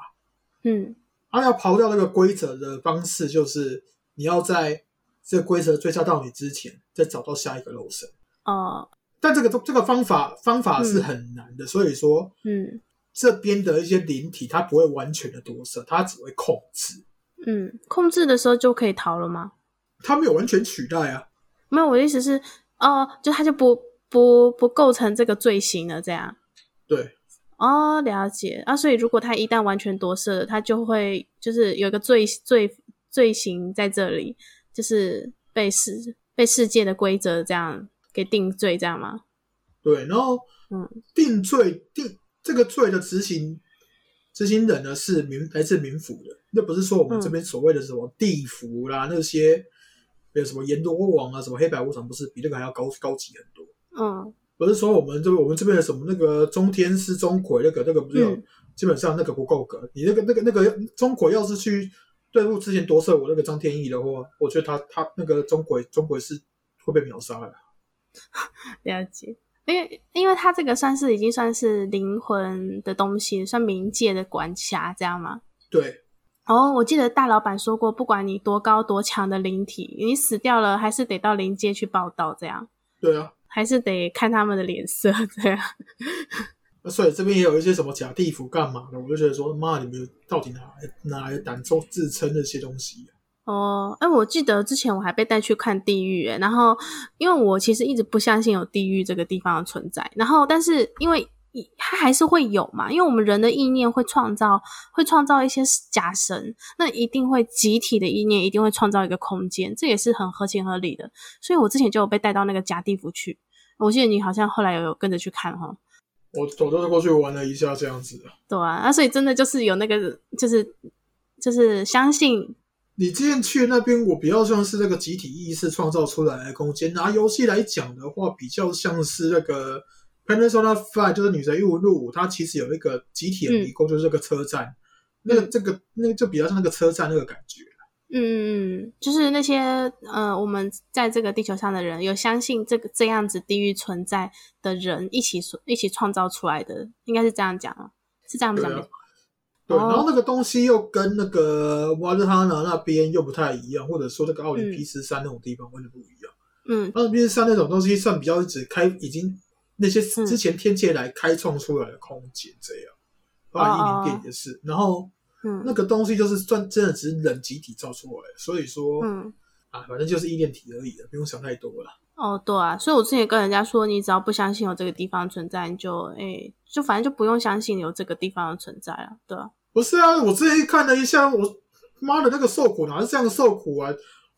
Speaker 3: 嗯
Speaker 2: 它、要刨掉那个规则的方式，就是你要在这个规则追杀到你之前，再找到下一个肉身。
Speaker 3: 哦
Speaker 2: 但这个这个方法方法是很难的，所以说
Speaker 3: 嗯
Speaker 2: 这边的一些灵体，它不会完全的夺舍，它只会控制，
Speaker 3: 嗯，控制的时候就可以逃了吗？
Speaker 2: 它没有完全取代啊。
Speaker 3: 没有，我的意思是，哦，就他就不不不构成这个罪行了，这样。
Speaker 2: 对，
Speaker 3: 哦，了解啊，所以如果他一旦完全夺舍了，他就会就是有一个罪罪罪行在这里，就是被世被世界的规则这样给定罪，这样吗？
Speaker 2: 对，然后
Speaker 3: 嗯
Speaker 2: 定罪定这个罪的执行执行人呢是民来自民府的，那不是说我们
Speaker 3: 嗯
Speaker 2: 这边所谓的什么地府啦、那些，没有什么阎罗王啊，什么黑白无常，不是比那个还要高高级很多。
Speaker 3: 嗯
Speaker 2: 不是说我们这边我们这边的什么那个中天师钟馗那个那个不是有、
Speaker 3: 嗯
Speaker 2: 基本上那个不够格，你那个那个那个钟馗要是去对付之前夺舍我那个张天翼的话，我觉得他他那个钟馗钟馗是会被秒杀的。
Speaker 3: 了解，因为因为他这个算是已经算是灵魂的东西，算冥界的管辖，这样吗？
Speaker 2: 对，
Speaker 3: 哦，我记得大老板说过，不管你多高多强的灵体，你死掉了还是得到灵界去报道，这样
Speaker 2: 对啊，
Speaker 3: 还是得看他们的脸色，这样。
Speaker 2: 那所以这边也有一些什么假地府干嘛的，我就觉得说妈你们到底哪来哪来的胆做自称这些东西、啊？
Speaker 3: 哦，哎，我记得之前我还被带去看地狱，哎，然后因为我其实一直不相信有地狱这个地方的存在，然后但是因为一它还是会有嘛，因为我们人的意念会创造，会创造一些假神，那一定会集体的意念一定会创造一个空间，这也是很合情合理的，所以我之前就有被带到那个假地府去，我记得你好像后来有跟着去看哈、
Speaker 2: 我我就是过去玩了一下这样子啊。
Speaker 3: 对啊，啊，所以真的就是有那个就是就是相信
Speaker 2: 你之前去那边，我比较像是那个集体意识创造出来的空间。拿游戏来讲的话，比较像是那个 Persona Five，就是女神异闻录五，它其实有一个集体的迷宫，就是这个车站。那个这个那个就比较像那个车站那个感觉。
Speaker 3: 嗯嗯嗯，就是那些呃，我们在这个地球上的人，有相信这个这样子地狱存在的人，一起所一起创造出来的，应该是这样讲啊，是这样讲
Speaker 2: 对
Speaker 3: 没
Speaker 2: 啊
Speaker 3: 错。
Speaker 2: 对，
Speaker 3: 哦
Speaker 2: 然后那个东西又跟那个瓦勒塔纳那边又不太一样，或者说那个奥林匹斯山那种地方完全不一样。
Speaker 3: 嗯
Speaker 2: 奥林匹斯山那种东西算比较是指开已经那些
Speaker 3: 嗯
Speaker 2: 之前天界来开创出来的空间这样，包含一零电
Speaker 3: 哦
Speaker 2: 也是。然后那
Speaker 3: 嗯
Speaker 2: 个东西就是算真的只是人集体造出来的，所以说、
Speaker 3: 嗯，
Speaker 2: 啊，反正就是意念体而已了，不用想太多了。
Speaker 3: 哦对啊，所以我之前跟人家说，你只要不相信有这个地方存在，你就诶，就反正就不用相信有这个地方的存在了，对啊，
Speaker 2: 不是啊，我之前看了一下，我妈的那个受苦哪是这样受苦啊？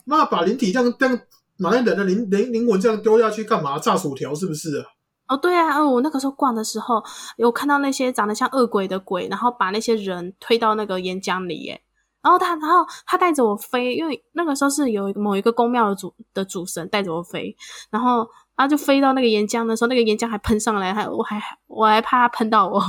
Speaker 2: 妈把灵体这样这样，把那人的灵灵灵魂这样丢下去干嘛？炸薯条是不是啊？
Speaker 3: 哦，对啊，哦，我那个时候逛的时候，有看到那些长得像恶鬼的鬼，然后把那些人推到那个岩浆里耶。然后他，然后他带着我飞，因为那个时候是有某一个宫庙的主的主神带着我飞，然后他就飞到那个岩浆的时候，那个岩浆还喷上来，还我还我还怕他喷到我。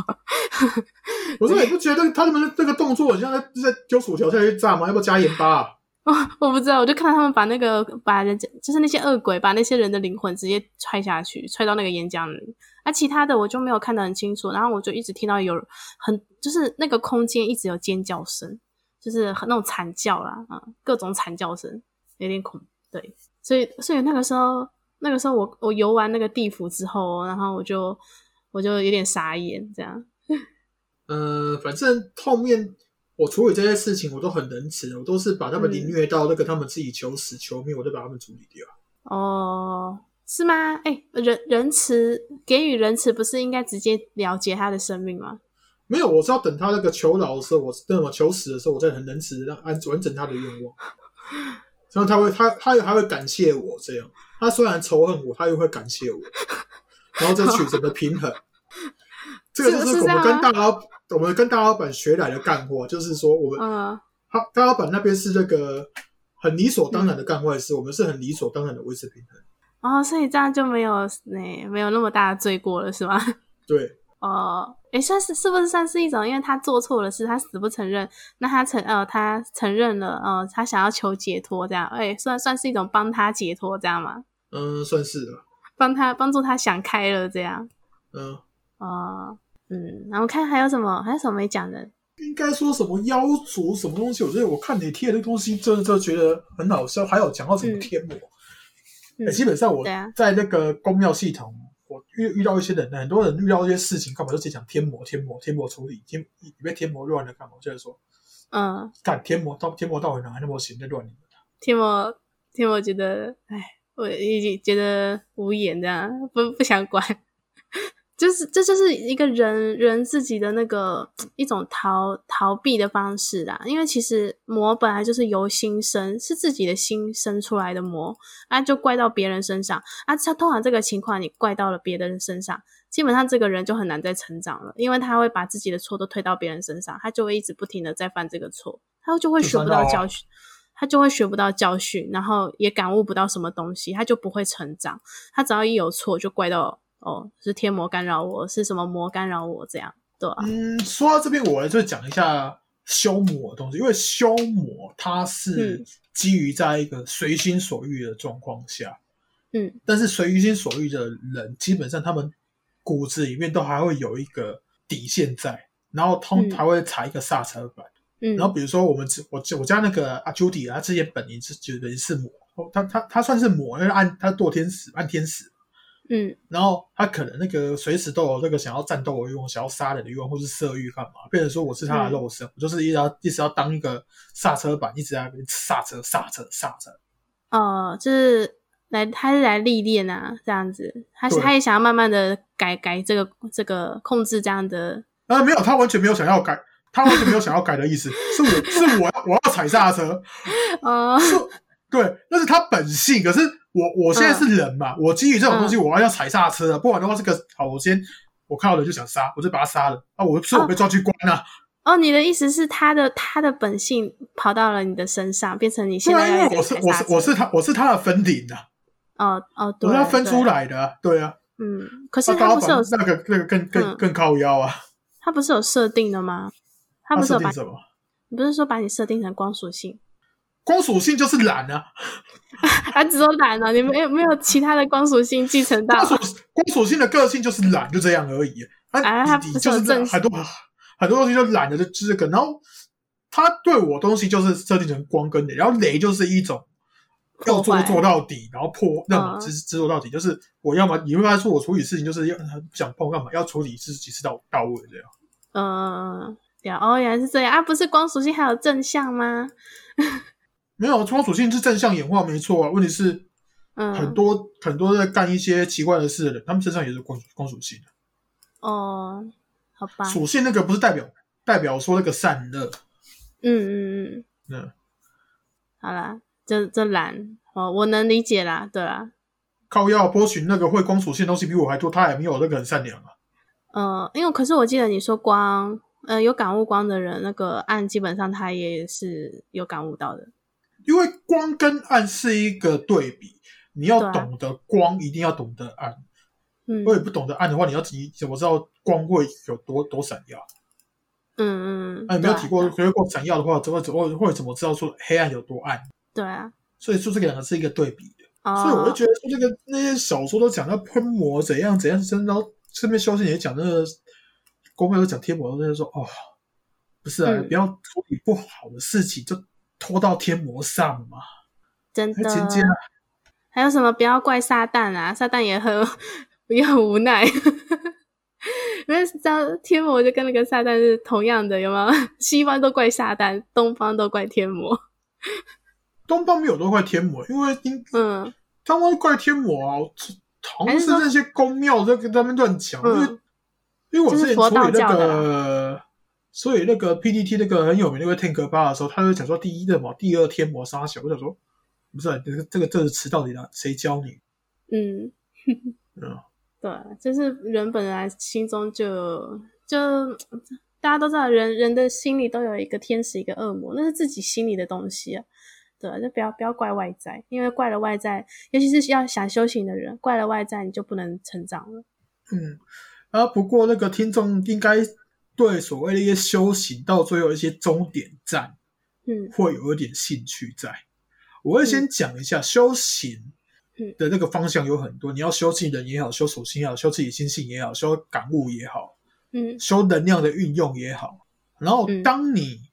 Speaker 2: 我说你不觉得他们那个动作很像在在丢薯条下去炸吗？要不要加盐巴、啊？
Speaker 3: 我 [laughs] 我不知道，我就看到他们把那个把人家就是那些恶鬼把那些人的灵魂直接踹下去，踹到那个岩浆里。那、其他的我就没有看得很清楚，然后我就一直听到有很就是那个空间一直有尖叫声，就是很那种惨叫啦，啊、各种惨叫声，有点恐对。所以所以那个时候那个时候我我游完那个地府之后，然后我就我就有点傻眼，这样。
Speaker 2: 嗯、反正后面我处理这些事情我都很仁慈，我都是把他们凌虐到那个他们自己求死求命，我就把他们处理掉。
Speaker 3: 哦，是吗？哎、仁仁慈给予仁慈，不是应该直接了结他的生命吗？
Speaker 2: 没有，我是要等他那个求饶的时候，我那么求死的时候，我再很仁慈的让完完整他的愿望。然后他会，他他还会感谢我这样。他虽然仇恨我，他又会感谢我，然后再取得的平衡。这个就是是
Speaker 3: 是
Speaker 2: 我
Speaker 3: 这样
Speaker 2: 们跟
Speaker 3: 吗
Speaker 2: 大老我们跟大老板学来的干货，就是说我们
Speaker 3: 嗯
Speaker 2: 他大老板那边是那个很理所当然的干坏事，我们是很理所当然的维持平衡。
Speaker 3: 哦，所以这样就没有那、没有那么大的罪过了，是吗？ [laughs]
Speaker 2: 对，
Speaker 3: 哦，哎，算是是不是算是一种，因为他做错了事，他死不承认，那他承呃他承认了，呃他想要求解脱，这样，哎，算算是一种帮他解脱，这样吗？
Speaker 2: 嗯，算是了，
Speaker 3: 帮他帮助他想开了，这样，
Speaker 2: 嗯。
Speaker 3: 哦，嗯，然后看还有什么还有什么没讲的，
Speaker 2: 应该说什么妖族什么东西，我觉得我看你贴的东西，真的就觉得很好笑。还有讲到什么天魔，
Speaker 3: 嗯
Speaker 2: 欸基本上我
Speaker 3: 对啊
Speaker 2: 在那个公庙系统，我遇遇到一些人，很多人遇到一些事情，干嘛就直接讲天魔、天魔、天魔处理，天你被天魔乱了干嘛？就是说，
Speaker 3: 嗯。
Speaker 2: 干天魔到天魔到底哪来那么多闲在乱你？
Speaker 3: 听我听我觉得，哎，我已经觉得无言这样，不不想管。就是这就是一个人人自己的那个一种逃逃避的方式啦，因为其实魔本来就是由心生，是自己的心生出来的魔，啊，就怪到别人身上啊。他通常这个情况，你怪到了别人身上，基本上这个人就很难再成长了，因为他会把自己的错都推到别人身上，他就会一直不停的在犯这个错，他就会学不
Speaker 2: 就算
Speaker 3: 到
Speaker 2: 到
Speaker 3: 教训，他就会学不到教训，然后也感悟不到什么东西，他就不会成长。他只要一有错，就怪到哦是天魔干扰我，是什么魔干扰我这样，对啊，
Speaker 2: 嗯，说到这边，我来就讲一下修魔的东西，因为修魔它是
Speaker 3: 嗯
Speaker 2: 基于在一个随心所欲的状况下，
Speaker 3: 嗯，
Speaker 2: 但是随心所欲的人，基本上他们骨子里面都还会有一个底线在，然后通
Speaker 3: 嗯
Speaker 2: 还会踩一个刹车板。
Speaker 3: 嗯，
Speaker 2: 然后比如说我们之我我家那个阿朱迪，他之前本名是就本是魔，他他他算是魔，因为按他堕天使按天使
Speaker 3: 嗯
Speaker 2: 然后他可能那个随时都有那个想要战斗的欲望，想要杀人的欲望，或是色欲干嘛？变成说我是
Speaker 3: 嗯
Speaker 2: 他的肉身，我就是一直要一直要当一个刹车板，一直在那边刹车、刹车、刹车。
Speaker 3: 哦就是来他是来历练啊这样子，他是
Speaker 2: 对
Speaker 3: 他也想要慢慢的改改这个这个控制这样的，
Speaker 2: 啊，没有，他完全没有想要改，他完全没有想要改的意思，是我是我要我要踩刹车，
Speaker 3: 哦
Speaker 2: 是，对，那是他本性。可是我我现
Speaker 3: 嗯
Speaker 2: 在是人嘛，我基于这种东西，我要要踩刹车啊，不然的话，这个好，我先我看到人就想杀，我就把他杀了啊，我所以我被抓去关啊了、
Speaker 3: 哦，你的意思是他的他的本性跑到了你的身上，变成你
Speaker 2: 对
Speaker 3: 现
Speaker 2: 啊，
Speaker 3: 在
Speaker 2: 因
Speaker 3: 要一
Speaker 2: 为
Speaker 3: 直
Speaker 2: 我是
Speaker 3: 踩
Speaker 2: 我
Speaker 3: 刹
Speaker 2: 是
Speaker 3: 车
Speaker 2: 我是他我是他的分顶啊。
Speaker 3: 哦哦，对，
Speaker 2: 我是要分出
Speaker 3: 对，
Speaker 2: 来的啊，对啊。
Speaker 3: 嗯，可是
Speaker 2: 那
Speaker 3: 他
Speaker 2: 高
Speaker 3: 不是有
Speaker 2: 反那个那个更更
Speaker 3: 嗯
Speaker 2: 更靠腰啊，
Speaker 3: 他不是有设定的吗？他
Speaker 2: 他
Speaker 3: 不是
Speaker 2: 设
Speaker 3: 有把
Speaker 2: 定什么？
Speaker 3: 你不是说把你设定成光属性？
Speaker 2: 光属性就是懒啊，
Speaker 3: [laughs] 他只有懒了，你没有没有其他的光属性继承到
Speaker 2: 光。属光属性的个性就是懒，就这样而已。
Speaker 3: 啊
Speaker 2: 啊，
Speaker 3: 它
Speaker 2: 你
Speaker 3: 不
Speaker 2: 你
Speaker 3: 是
Speaker 2: 就
Speaker 3: 有
Speaker 2: 是
Speaker 3: 正
Speaker 2: 懒很多很多东西就懒得就就是这个，然后他对我东西就是设定成光跟雷，然后雷就是一种要
Speaker 3: 破
Speaker 2: 做
Speaker 3: 坏
Speaker 2: 做到底，然后破让
Speaker 3: 嗯
Speaker 2: 你执执着到底，就是我要么你会发现说我处理事情就是要不想碰干嘛，要处理事几次到到位这样。
Speaker 3: 嗯，了哦，原来是这样啊！不是光属性还有正向吗？
Speaker 2: 没有光属性是正向演化没错啊，问题是
Speaker 3: 嗯，
Speaker 2: 很多、很多在干一些奇怪的事的人，他们身上也是光光属性的。
Speaker 3: 哦，好吧，
Speaker 2: 属性那个不是代表代表说那个散热，
Speaker 3: 嗯嗯嗯，
Speaker 2: 嗯，
Speaker 3: 好啦，这这懒哦，我能理解啦，对啦，
Speaker 2: 靠药波群那个会光属性的东西比我还多，他也没有那个很善良啊。
Speaker 3: 呃，因为可是我记得你说光，呃，有感悟光的人，那个暗基本上他也是有感悟到的，
Speaker 2: 因为光跟暗是一个对比，你要
Speaker 3: 对啊
Speaker 2: 懂得光，一定要懂得暗。
Speaker 3: 嗯，
Speaker 2: 我也不懂得暗的话，你要你怎么知道光会有多多闪耀？
Speaker 3: 嗯嗯，
Speaker 2: 那、你没有
Speaker 3: 对啊
Speaker 2: 体过
Speaker 3: 对啊
Speaker 2: 学过闪耀的话，怎么怎么会怎么知道说黑暗有多暗？
Speaker 3: 对啊，
Speaker 2: 所以说这个两个是一个对比的。
Speaker 3: 哦，
Speaker 2: 所以我就觉得说，这个那些小说都讲到喷魔怎样怎样，真然后顺便修仙也讲那个公会有讲天魔，那就说哦，不是啊，
Speaker 3: 嗯
Speaker 2: 不要处理不好的事情就拖到天魔上嘛，
Speaker 3: 真
Speaker 2: 还
Speaker 3: 的，
Speaker 2: 前进啊。
Speaker 3: 还有什么不要怪撒旦啊？撒旦也很也很无奈， [laughs] 因为当天魔就跟那个撒旦是同样的，有没有？ [laughs] 西方都怪撒旦，东方都怪天魔。
Speaker 2: 东方没有多怪天魔，因为应
Speaker 3: 嗯，
Speaker 2: 他们怪天魔啊，好像
Speaker 3: 还是
Speaker 2: 是
Speaker 3: 说
Speaker 2: 那些宫庙在跟他们乱讲，因为
Speaker 3: 嗯
Speaker 2: 因为我之前处
Speaker 3: 就是佛道
Speaker 2: 理那
Speaker 3: 教的啊
Speaker 2: 个，所以那个 PDT 那个很有名那个 Tank 八的时候，他就讲说第一的嘛，第二天魔杀小，我想说不是、啊、这个这个这个词到底哪谁教你？
Speaker 3: 嗯，
Speaker 2: 嗯，
Speaker 3: 对，啊就是人本来心中就就大家都知道人，人的心里都有一个天使，一个恶魔，那是自己心里的东西啊。对，就不要不要怪外在，因为怪了外在，尤其是要想修行的人，怪了外在你就不能成长了。
Speaker 2: 嗯，啊，不过那个听众应该对所谓的一些修行到最后一些终点站
Speaker 3: 嗯
Speaker 2: 会有一点兴趣在。我会先讲一下修行
Speaker 3: 嗯
Speaker 2: 的那个方向有很多，你要修技能也好，修属性也好，修自己心性也好，修感悟也好，
Speaker 3: 嗯
Speaker 2: 修能量的运用也好。然后
Speaker 3: 嗯
Speaker 2: 当你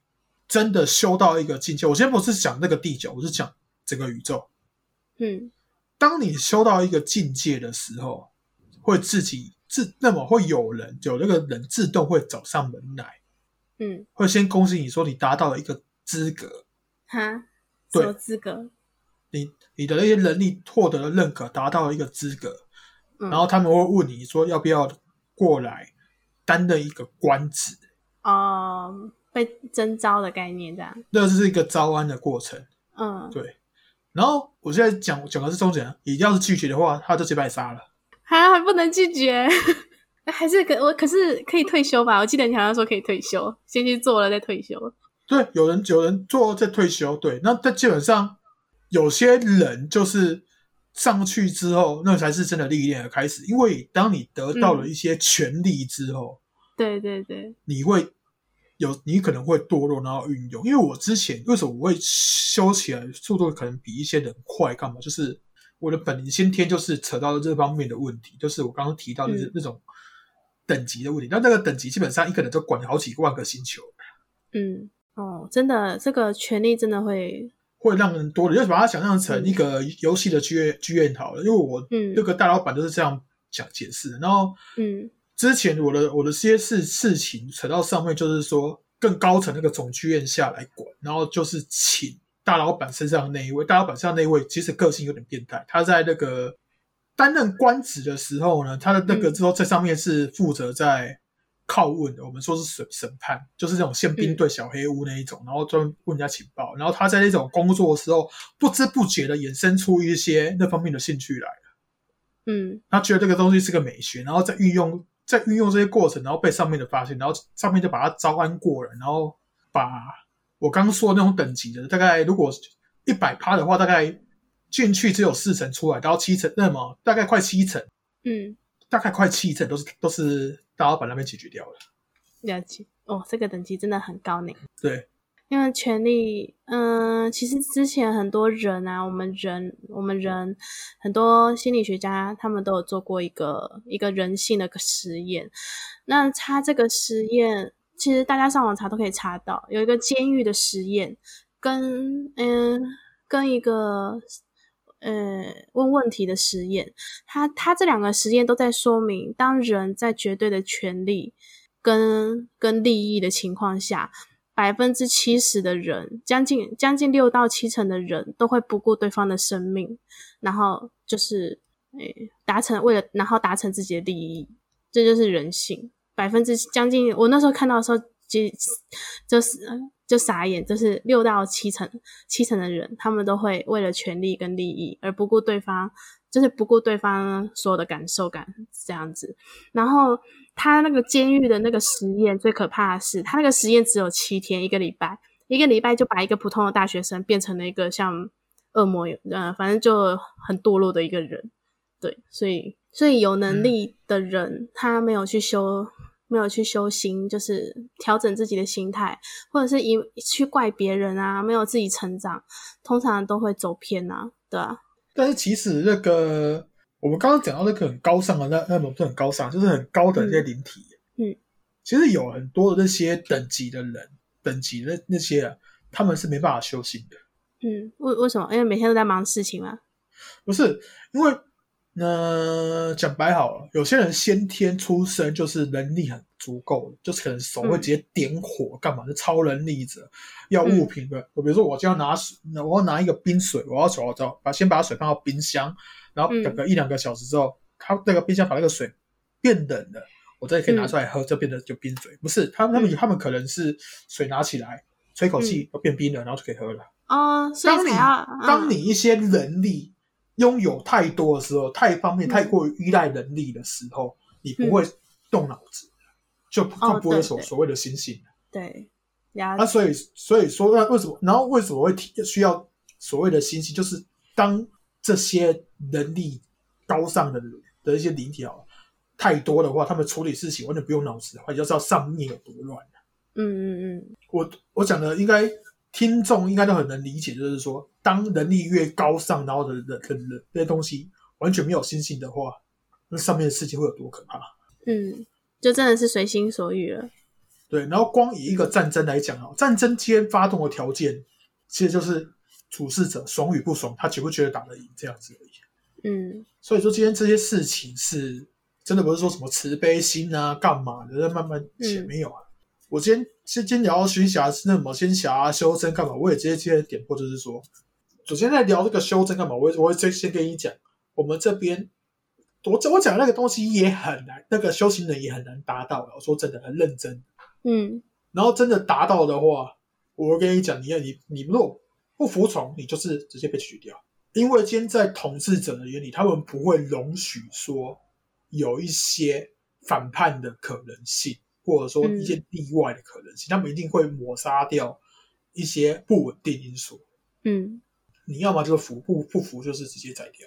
Speaker 2: 真的修到一个境界，我先不是讲那个地球，我是讲整个宇宙。
Speaker 3: 嗯。
Speaker 2: 当你修到一个境界的时候，会自己自那么会有人有那个人自动会找上门来，
Speaker 3: 嗯，
Speaker 2: 会先恭喜你说你达到了一个资格，
Speaker 3: 哈，什
Speaker 2: 对
Speaker 3: 么资格？
Speaker 2: 你你的那些能力获得了认可，达到了一个资格，
Speaker 3: 嗯、
Speaker 2: 然后他们会问你说要不要过来担任一个官职，
Speaker 3: 哦，被征召的概念这样，
Speaker 2: 那这是一个招安的过程，
Speaker 3: 嗯，
Speaker 2: 对。然后我现在讲讲的是中奖，你要是拒绝的话，他就直接把你杀了。
Speaker 3: 还还不能拒绝， [laughs] 还是可我可是可以退休吧？我记得你好像说可以退休，先去做了再退休。
Speaker 2: 对，有人有人做在退休，对，那但基本上有些人就是上去之后，那才是真的历练的开始。因为当你得到了一些权利之后，
Speaker 3: 对对对，
Speaker 2: 你会有你可能会堕落，然后运用。因为我之前为什么我会修起来速度可能比一些人快，干嘛？就是我的本能先天就是扯到这方面的问题，就是我刚刚提到的
Speaker 3: 嗯
Speaker 2: 是那种等级的问题。那、那个等级基本上一个人就管好几万个星球。
Speaker 3: 嗯，哦，真的，这个权利真的会，
Speaker 2: 会让人多的，就是把它想象成
Speaker 3: 嗯
Speaker 2: 一个游戏的剧院剧院好了。因为我
Speaker 3: 嗯
Speaker 2: 那个大老板就是这样讲解释的。然后
Speaker 3: 嗯
Speaker 2: 之前我的我的这些事事情扯到上面，就是说更高层那个总剧院下来管，然后就是请大老板身上的那一位，大老板身上那一位其实个性有点变态，他在那个担任官职的时候呢，他的那个
Speaker 3: 嗯
Speaker 2: 之后在上面是负责在。拷问的，我们说是审审判，就是那种宪兵
Speaker 3: 嗯
Speaker 2: 对小黑屋那一种，然后专门问人家情报，然后他在那种工作的时候，不知不觉的衍生出一些那方面的兴趣来。
Speaker 3: 嗯
Speaker 2: 他觉得这个东西是个美学，然后再运用，再运用这些过程，然后被上面的发现，然后上面就把它招安过了，然后把我刚说的那种等级的，大概如果一百趴的话，大概进去只有四成出来，然后七成，那么大概快七成，
Speaker 3: 嗯，
Speaker 2: 大概快七成都是都是大老板那边解决掉了。
Speaker 3: 了解。哦，这个等级真的很高呢。
Speaker 2: 对，
Speaker 3: 因为权力，嗯、其实之前很多人啊，我们人，我们人，很多心理学家他们都有做过一个一个人性的个实验。那他这个实验，其实大家上网查都可以查到，有一个监狱的实验，跟嗯、跟一个呃问问题的实验，他他这两个实验都在说明，当人在绝对的权利跟跟利益的情况下，百分之七十的人，将近将近六到七成的人都会不顾对方的生命，然后就是诶达成为了然后达成自己的利益，这就是人性。百分之将近我那时候看到的时候，就就是呃就傻眼，就是六到七成七成的人，他们都会为了权利跟利益而不顾对方，就是不顾对方所有的感受感这样子。然后他那个监狱的那个实验最可怕的是，他那个实验只有七天，一个礼拜，一个礼拜就把一个普通的大学生变成了一个像恶魔，呃，反正就很堕落的一个人。对，所以所以有能力的人，他没有去修，没有去修心，就是调整自己的心态，或者是一去怪别人啊，没有自己成长，通常都会走偏啊，对啊，
Speaker 2: 但是其实那个我们刚刚讲到那个很高尚的那那种不是很高尚，就是很高等这些灵体。
Speaker 3: 嗯嗯
Speaker 2: 其实有很多的那些等级的人，等级的那那些啊，他们是没办法修行的。
Speaker 3: 嗯，为为什么？因为每天都在忙事情嘛，
Speaker 2: 不是因为，呃，讲白好了，有些人先天出生就是能力很足够的，就是可能手会
Speaker 3: 嗯
Speaker 2: 直接点火干嘛，就超能力者，要物品的。比如说，我就要拿水，那我要拿一个冰水，我要找我找，把先把水放到冰箱，然后
Speaker 3: 嗯
Speaker 2: 等个一两个小时之后，它那个冰箱把那个水变冷了，我再可以拿出来喝，就变得就冰水。不是，他们他们
Speaker 3: 嗯
Speaker 2: 他们可能是水拿起来吹口气，都变冰了，然后就可以喝了。
Speaker 3: 哦，所以
Speaker 2: 当
Speaker 3: 才
Speaker 2: 你
Speaker 3: 要，
Speaker 2: 当
Speaker 3: 嗯
Speaker 2: 你一些能力拥有太多的时候，太方便、
Speaker 3: 嗯
Speaker 2: 太过于依赖能力的时候，你不会动脑子，就不
Speaker 3: 哦
Speaker 2: 更不会有所
Speaker 3: 对对
Speaker 2: 所谓的星星。
Speaker 3: 对，了
Speaker 2: 那、所以所以说，那为什么？然后为什么会提需要所谓的星星？就是当这些能力高尚的的一些灵体啊太多的话，他们处理事情完全不用脑子的话，你就知道上面有多乱。
Speaker 3: 嗯嗯嗯，
Speaker 2: 我我讲的应该听众应该都很能理解，就是说，当能力越高尚，然后的的的的这些东西完全没有心性的话，那上面的事情会有多可怕？
Speaker 3: 嗯，就真的是随心所欲了。
Speaker 2: 对，然后光以一个战争来讲啊，战争今天发动的条件，其实就是处事者爽与不爽，他觉不觉得打得赢这样子而已。
Speaker 3: 嗯
Speaker 2: 所以说，今天这些事情是真的不是说什么慈悲心啊、干嘛的，在慢慢写
Speaker 3: 嗯
Speaker 2: 没有啊。我今天今天聊到熏侠是那什么仙侠啊、修真干嘛，我也直接今天点破，就是说，首先在聊这个修真干嘛，我也我会先先跟你讲，我们这边我我讲的那个东西也很难，那个修行人也很难达到啊的。我说真的，很认真。
Speaker 3: 嗯
Speaker 2: 然后真的达到的话，我会跟你讲，你你你如果不服从，你就是直接被取掉。因为今天在统治者的眼里，他们不会容许说有一些反叛的可能性，或者说一些例外的可能性，他们一定会抹杀掉一些不稳定因素。
Speaker 3: 嗯
Speaker 2: 你要么就是服，不不服就是直接宰掉，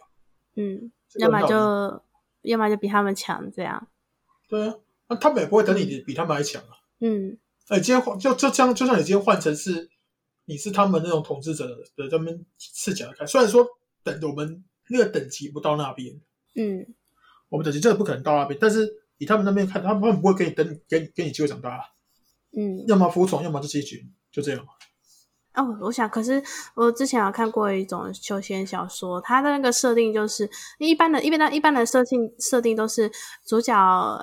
Speaker 3: 嗯，
Speaker 2: 这个
Speaker 3: 要么
Speaker 2: 很好理
Speaker 3: 就要么就比他们强这样。
Speaker 2: 对啊，那他们也不会等你比他们还强啊。
Speaker 3: 嗯
Speaker 2: 哎，今天换就就像就像你今天换成是你是他们那种统治者的他们视角来看，虽然说等我们那个等级不到那边，
Speaker 3: 嗯
Speaker 2: 我们等级真的不可能到那边，但是以他们那边看，他们不会给你等给你给你机会长大，
Speaker 3: 嗯，
Speaker 2: 要么服从，要么就结局，就这样。
Speaker 3: 哦，我想，可是我之前有看过一种修仙小说，它的那个设定就是一般的、一般的、一般的设定设定都是主角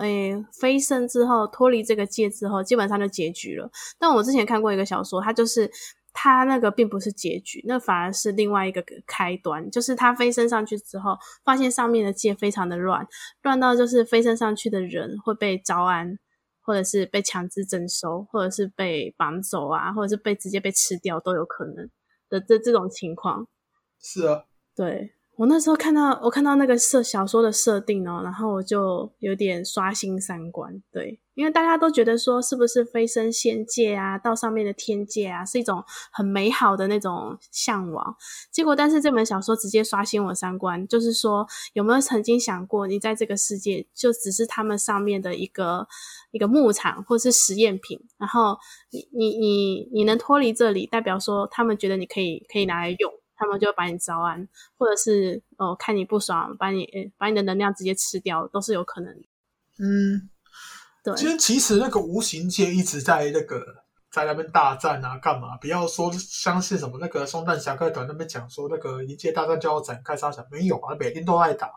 Speaker 3: 诶、飞升之后脱离这个界之后，基本上就结局了。但我之前看过一个小说，它就是它那个并不是结局，那反而是另外一个开端，就是他飞升上去之后，发现上面的界非常的乱，乱到就是飞升上去的人会被招安，或者是被强制征收，或者是被绑走啊，或者是被直接被吃掉都有可能的这这种情况。
Speaker 2: 是啊，
Speaker 3: 对，我那时候看到我看到那个设小说的设定哦，然后我就有点刷新三观，对，因为大家都觉得说是不是飞升仙界啊，到上面的天界啊，是一种很美好的那种向往。结果，但是这本小说直接刷新我三观，就是说有没有曾经想过，你在这个世界就只是他们上面的一个一个牧场或是实验品，然后你你你你能脱离这里，代表说他们觉得你可以可以拿来用。他们就会把你招安，或者是哦看你不爽，把你呃把你的能量直接吃掉，都是有可能的。
Speaker 2: 嗯，
Speaker 3: 对，
Speaker 2: 其实其实那个无形界一直在那个在那边大战啊，干嘛？不要说相信什么那个松蛋侠客团那边讲说那个一界大战就要展开，啥想没有啊？每天都在打，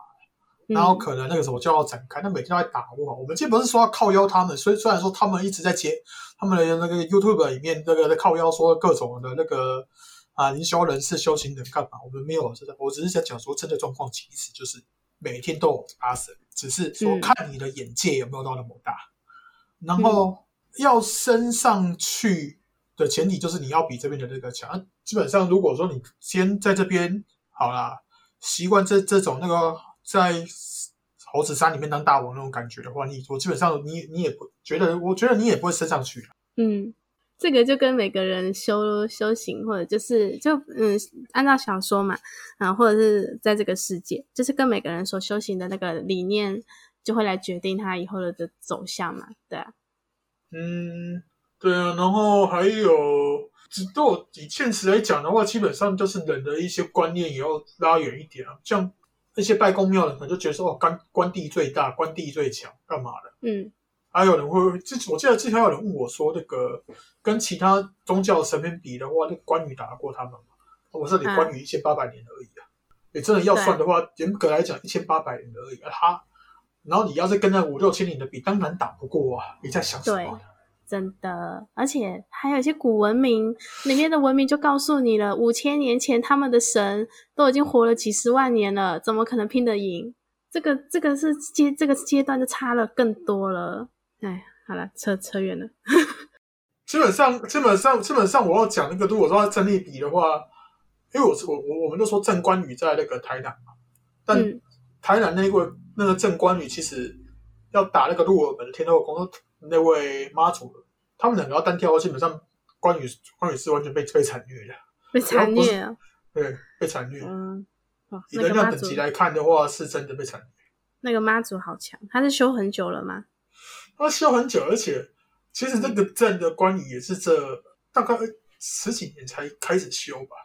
Speaker 3: 嗯
Speaker 2: 然后可能那个什么就要展开，那每天都在打我。我们今天不是说要靠邀他们，所以虽然说他们一直在接他们的那个 YouTube 里面那个在靠邀说各种的那个啊灵修人士、修行人干嘛，我们没有，我只是想讲说真的状况其实就是每天都有发生，只是说
Speaker 3: 嗯
Speaker 2: 看你的眼界有没有到那么大。然后要升上去的前提就是你要比这边的那个强。啊基本上，如果说你先在这边好啦，习惯这这种那个在猴子山里面当大王那种感觉的话，你我基本上你你也不觉得，我觉得你也不会升上去啊啦
Speaker 3: 嗯，这个就跟每个人修修行，或者就是就嗯，按照小说嘛，啊，或者是在这个世界，就是跟每个人所修行的那个理念，就会来决定他以后的的走向嘛。对啊，
Speaker 2: 嗯，对啊，然后还有，只都以现实来讲的话，基本上就是人的一些观念也要拉远一点啊。像那些拜公庙的，可能就觉得说，哦，官官地最大，官地最强，干嘛的？
Speaker 3: 嗯
Speaker 2: 还有人会，之前我记得之前有人问我说，那个跟其他宗教神明比的话，那关羽打得过他们吗？我说你
Speaker 3: 嗯
Speaker 2: 关羽一千八百年而已啊，你真的要算的话，严格来讲一千八百年而已啊。他，然后你要是跟那五六千年的比，当然打不过啊。你在想什么？
Speaker 3: 真的，而且还有一些古文明里面的文明就告诉你了，五千年前他们的神都已经活了几十万年了，怎么可能拼得赢？这个这个是阶这个阶段就差了更多了。哎，好了，扯扯远了。
Speaker 2: 基本上，基本上，基本上，我要讲那个，如果说要战力比的话，因为我是我我我们就说郑关羽在那个台南嘛，但
Speaker 3: 嗯
Speaker 2: 台南那位那个郑关羽其实要打那个鹿耳门的天后宫那位妈祖，他们两个要单挑的话，基本上关羽关羽是完全被被惨虐的，
Speaker 3: 被残虐了。
Speaker 2: 对，被惨虐。
Speaker 3: 嗯，哇，
Speaker 2: 以
Speaker 3: 那
Speaker 2: 能
Speaker 3: 个妈
Speaker 2: 量
Speaker 3: 祖
Speaker 2: 等级来看的话，是真的被惨虐。
Speaker 3: 那个妈祖好强，他是修很久了吗？
Speaker 2: 他修很久，而且其实这个镇的关羽也是这大概十几年才开始修吧，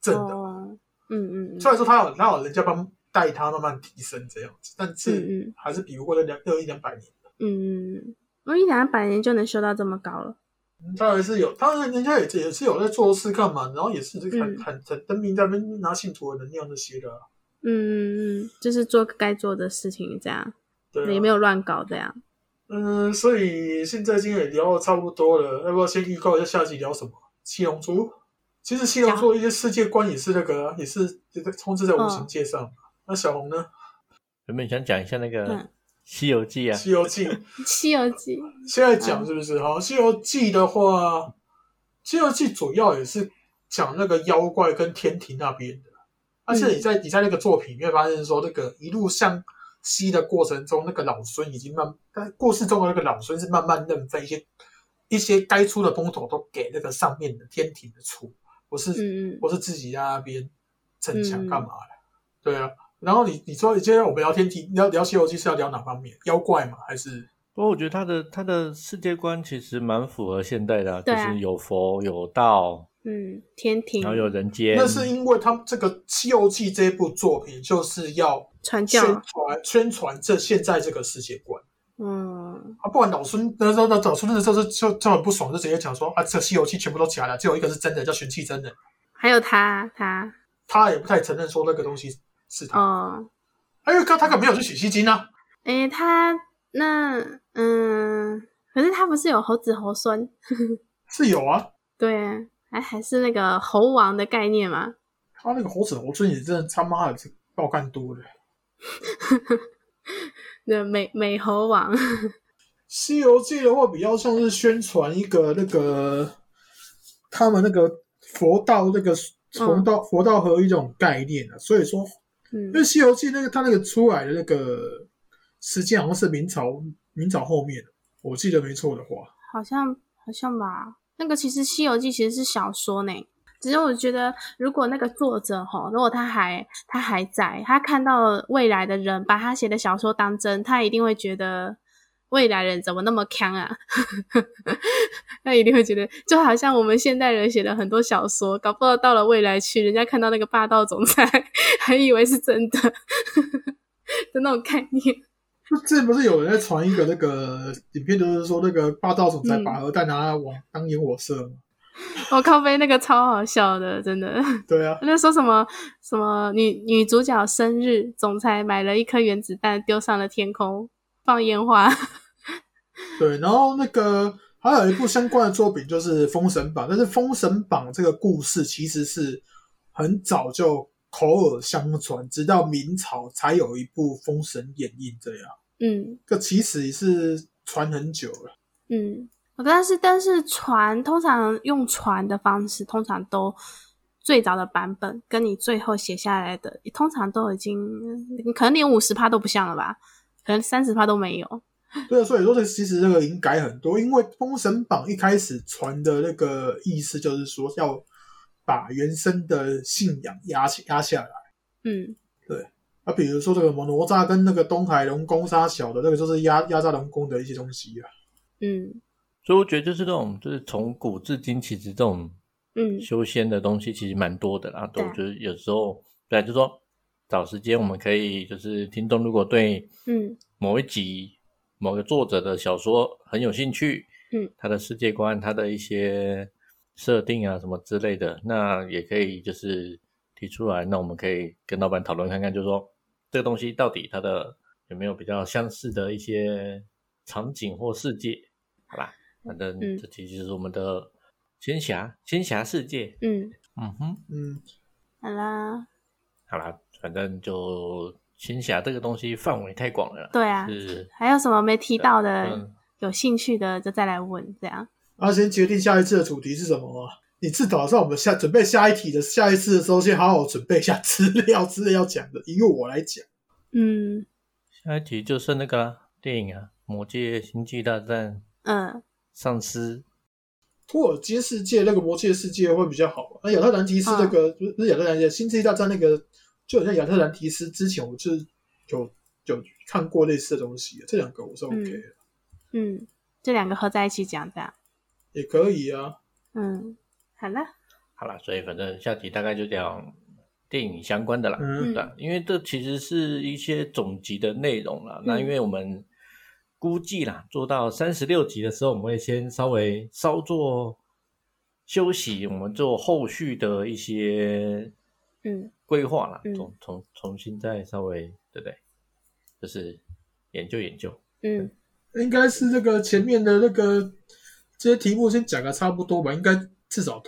Speaker 2: 镇的。
Speaker 3: 哦，嗯嗯嗯
Speaker 2: 虽然说他有他有人家帮带他慢慢提升这样子，但是
Speaker 3: 嗯嗯
Speaker 2: 还是比不过那两那一两百年。
Speaker 3: 嗯嗯，我一两百年就能修到这么高了。
Speaker 2: 当然是有，当然人家也也是有在做事干嘛，然后也是很
Speaker 3: 嗯
Speaker 2: 很很登兵在那边拿信徒的能量那些的啊、
Speaker 3: 嗯嗯嗯，就是做该做的事情，这样
Speaker 2: 对啊、
Speaker 3: 也没有乱搞这样。
Speaker 2: 嗯，所以现在今天也聊的差不多了，要不要先预告一下下集聊什么？七龙珠。其实七龙珠的一些世界观也是那个啊，也是也在充斥在
Speaker 3: 嗯
Speaker 2: 无形界上。那小红呢？
Speaker 1: 原本想讲一下那个《
Speaker 3: 嗯
Speaker 1: 西游记》啊，
Speaker 2: 西游记。
Speaker 3: 西游记，
Speaker 2: 现在讲是不是？好，《西游记》的话，《西游记》主要也是讲那个妖怪跟天庭那边的。而且你在你在那个作品，你会发现说，那个一路向西的过程中，那个老孙已经慢，但故事中的那个老孙是慢慢认分一些一些该出的风头都给那个上面的天庭的出，不是、
Speaker 3: 嗯嗯
Speaker 2: 不是自己在那边逞强干嘛的？对啊。然后你你说今天我们聊天题聊聊《西游记》是要聊哪方面？妖怪吗？还是
Speaker 1: 不过我觉得他的他的世界观其实蛮符合现代的、啊，
Speaker 3: 对啊
Speaker 1: 就是有佛有道，
Speaker 3: 嗯，天庭
Speaker 1: 然后有人间，
Speaker 2: 嗯那是因为他们这个《西游记》这部作品就是要
Speaker 3: 传
Speaker 2: 宣
Speaker 3: 教，
Speaker 2: 传宣传这现在这个世界观
Speaker 3: 嗯，
Speaker 2: 啊，不然老孙那那那老孙那时候就就就很不爽，就直接讲说啊，这《西游记》全部都假的，只有一个是真的，叫玄气真人，
Speaker 3: 还有他他
Speaker 2: 他也不太承认说那个东西是他，
Speaker 3: 哦，
Speaker 2: 哎，因为他他可没有去取西经啊，
Speaker 3: 诶，他那嗯，可是他不是有猴子猴孙？
Speaker 2: 是有啊，
Speaker 3: 对，还还是那个猴王的概念嘛？
Speaker 2: 他那个猴子猴孙也真的他妈的是爆干多的，《
Speaker 3: 那美美猴王，
Speaker 2: 西游记》的话比较像是宣传一个那个他们那个佛道那个。佛道佛道合一这种概念啊，所以说
Speaker 3: 嗯
Speaker 2: 因为《西游记》那个它那个出来的那个时间好像是明朝明朝后面，我记得没错的话，
Speaker 3: 好像好像吧。那个其实《西游记》其实是小说呢，只是我觉得如果那个作者哈，如果他还他还在，他看到未来的人把他写的小说当真，他一定会觉得未来人怎么那么强啊？ [laughs] 他一定会觉得，就好像我们现代人写了很多小说，搞不好到了未来去，人家看到那个霸道总裁，还以为是真的 [laughs] 的那种概念。
Speaker 2: 这这不是有人在传一个那个影片，就是说那个霸道总裁把核弹拿来往当烟火射嘛？
Speaker 3: 我靠背那个超好笑的，真的。
Speaker 2: 对啊，
Speaker 3: 那说什么什么女女主角生日，总裁买了一颗原子弹丢上了天空，放烟花。 [laughs]
Speaker 2: 对，然后那个还有一部相关的作品就是《封神榜》，但是《封神榜》这个故事其实是很早就口耳相传，直到明朝才有一部《封神演义》这样，
Speaker 3: 嗯
Speaker 2: 这其实是传很久了。
Speaker 3: 嗯，但是但是船通常用船的方式，通常都最早的版本跟你最后写下来的，通常都已经你可能连五十趴都不像了吧，可能三十趴都没有。
Speaker 2: 对啊，所以说这个其实这个已经改很多，因为《封神榜》一开始传的那个意思就是说要把原生的信仰压起压下来。
Speaker 3: 嗯
Speaker 2: 啊，比如说这个什么哪吒跟那个东海龙宫杀小的，那个就是压压榨龙宫的一些东西啊。
Speaker 3: 嗯
Speaker 1: 所以我觉得就是那种，就是从古至今，其实这种
Speaker 3: 嗯
Speaker 1: 修仙的东西其实蛮多的啦。
Speaker 3: 对啊
Speaker 1: 我觉得有时候，对啊，就说找时间我们可以就是听众如果对
Speaker 3: 嗯
Speaker 1: 某一集某个作者的小说很有兴趣，
Speaker 3: 嗯，
Speaker 1: 他的世界观、他的一些设定啊什么之类的，那也可以就是提出来，那我们可以跟老板讨论看看，就是说这个东西到底它的有没有比较相似的一些场景或世界，好吧？反正
Speaker 3: 嗯
Speaker 1: 这题就是我们的仙侠仙侠世界，
Speaker 3: 嗯，
Speaker 1: 嗯哼，
Speaker 2: 嗯，
Speaker 3: 好啦，
Speaker 1: 好啦，反正就仙侠这个东西范围太广了啦，
Speaker 3: 对啊，
Speaker 1: 是，
Speaker 3: 还有什么没提到的？
Speaker 1: 嗯。
Speaker 3: 有兴趣的就再来问，这样。
Speaker 2: 那、先决定下一次的主题是什么啊？你至少在我们下准备下一题的下一次的时候，先好好准备一下资料，资料要讲的，因为我来讲。
Speaker 3: 嗯
Speaker 1: 下一题就剩那个啦，电影啊，《魔界星际大战》
Speaker 3: 嗯
Speaker 1: 丧尸，
Speaker 2: 托尔金世界那个魔界世界会比较好吧？那亚特兰提斯这个、不是不是亚特兰提斯，星际大战那个就很像亚特兰提斯。之前我就是有有看过类似的东西，这两个我是 OK 的，
Speaker 3: 嗯，这两个合在一起讲，这样。
Speaker 2: 也可以啊。
Speaker 3: 嗯，好了，
Speaker 1: 好啦，所以反正下题大概就讲电影相关的啦，
Speaker 2: 嗯
Speaker 1: 对吧、啊因为这其实是一些总集的内容啦。
Speaker 3: 嗯
Speaker 1: 那因为我们估计啦，做到三十六集的时候，我们会先稍微稍作休息，我们做后续的一些
Speaker 3: 嗯
Speaker 1: 规划啦，
Speaker 3: 嗯
Speaker 1: 重重重新再稍微对不对？就是研究研究，
Speaker 3: 嗯
Speaker 2: 应该是那个前面的那个这些题目先讲个差不多吧，应该至少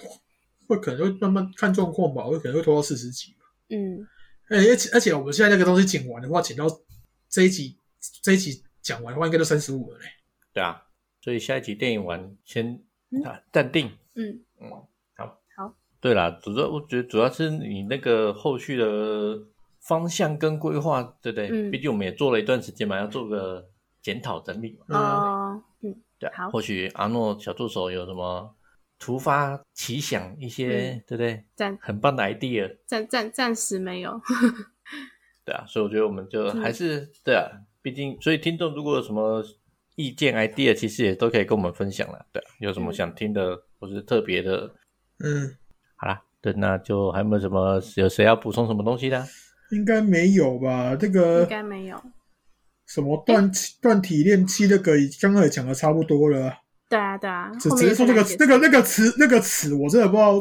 Speaker 2: 会可能会慢慢看状况吧，我可能会拖到四十集吧。
Speaker 3: 嗯
Speaker 2: 哎而且而且我们现在那个东西剪完的话，剪到这一集这一集讲完的话，应该就三十五了嘞。
Speaker 1: 对啊，所以下一集电影完先
Speaker 3: 嗯
Speaker 1: 啊暂定。
Speaker 3: 嗯
Speaker 1: 对啦，主要我觉得主要是你那个后续的方向跟规划，对不对？
Speaker 3: 嗯
Speaker 1: 毕竟我们也做了一段时间嘛，要做个检讨整理嘛。
Speaker 2: 嗯，
Speaker 3: 哦嗯
Speaker 1: 对啊，
Speaker 3: 好
Speaker 1: 或许阿诺小助手有什么突发奇想一些，
Speaker 3: 嗯
Speaker 1: 对不对？
Speaker 3: 暂
Speaker 1: 很棒的 idea，
Speaker 3: 暂暂暂时没有。
Speaker 1: 对啊，所以我觉得我们就
Speaker 3: 嗯
Speaker 1: 还是、对啊，毕竟所以听众如果有什么意见 idea，其实也都可以跟我们分享啦。对啊，有什么
Speaker 3: 嗯
Speaker 1: 想听的、或是特别的
Speaker 2: 嗯，
Speaker 1: 好啦，对，那就还有没有什么有谁要补充什么东西的啊？
Speaker 2: 应该没有吧？这
Speaker 3: 应
Speaker 2: 个
Speaker 3: 该没有。
Speaker 2: 什么断气断体炼气那个已，刚刚也讲的差不多了啊，
Speaker 3: 对啊对啊，
Speaker 2: 只
Speaker 3: 后
Speaker 2: 只
Speaker 3: 面
Speaker 2: 是说那个
Speaker 3: 再来解释
Speaker 2: 那个那个词那个词，我真的不知道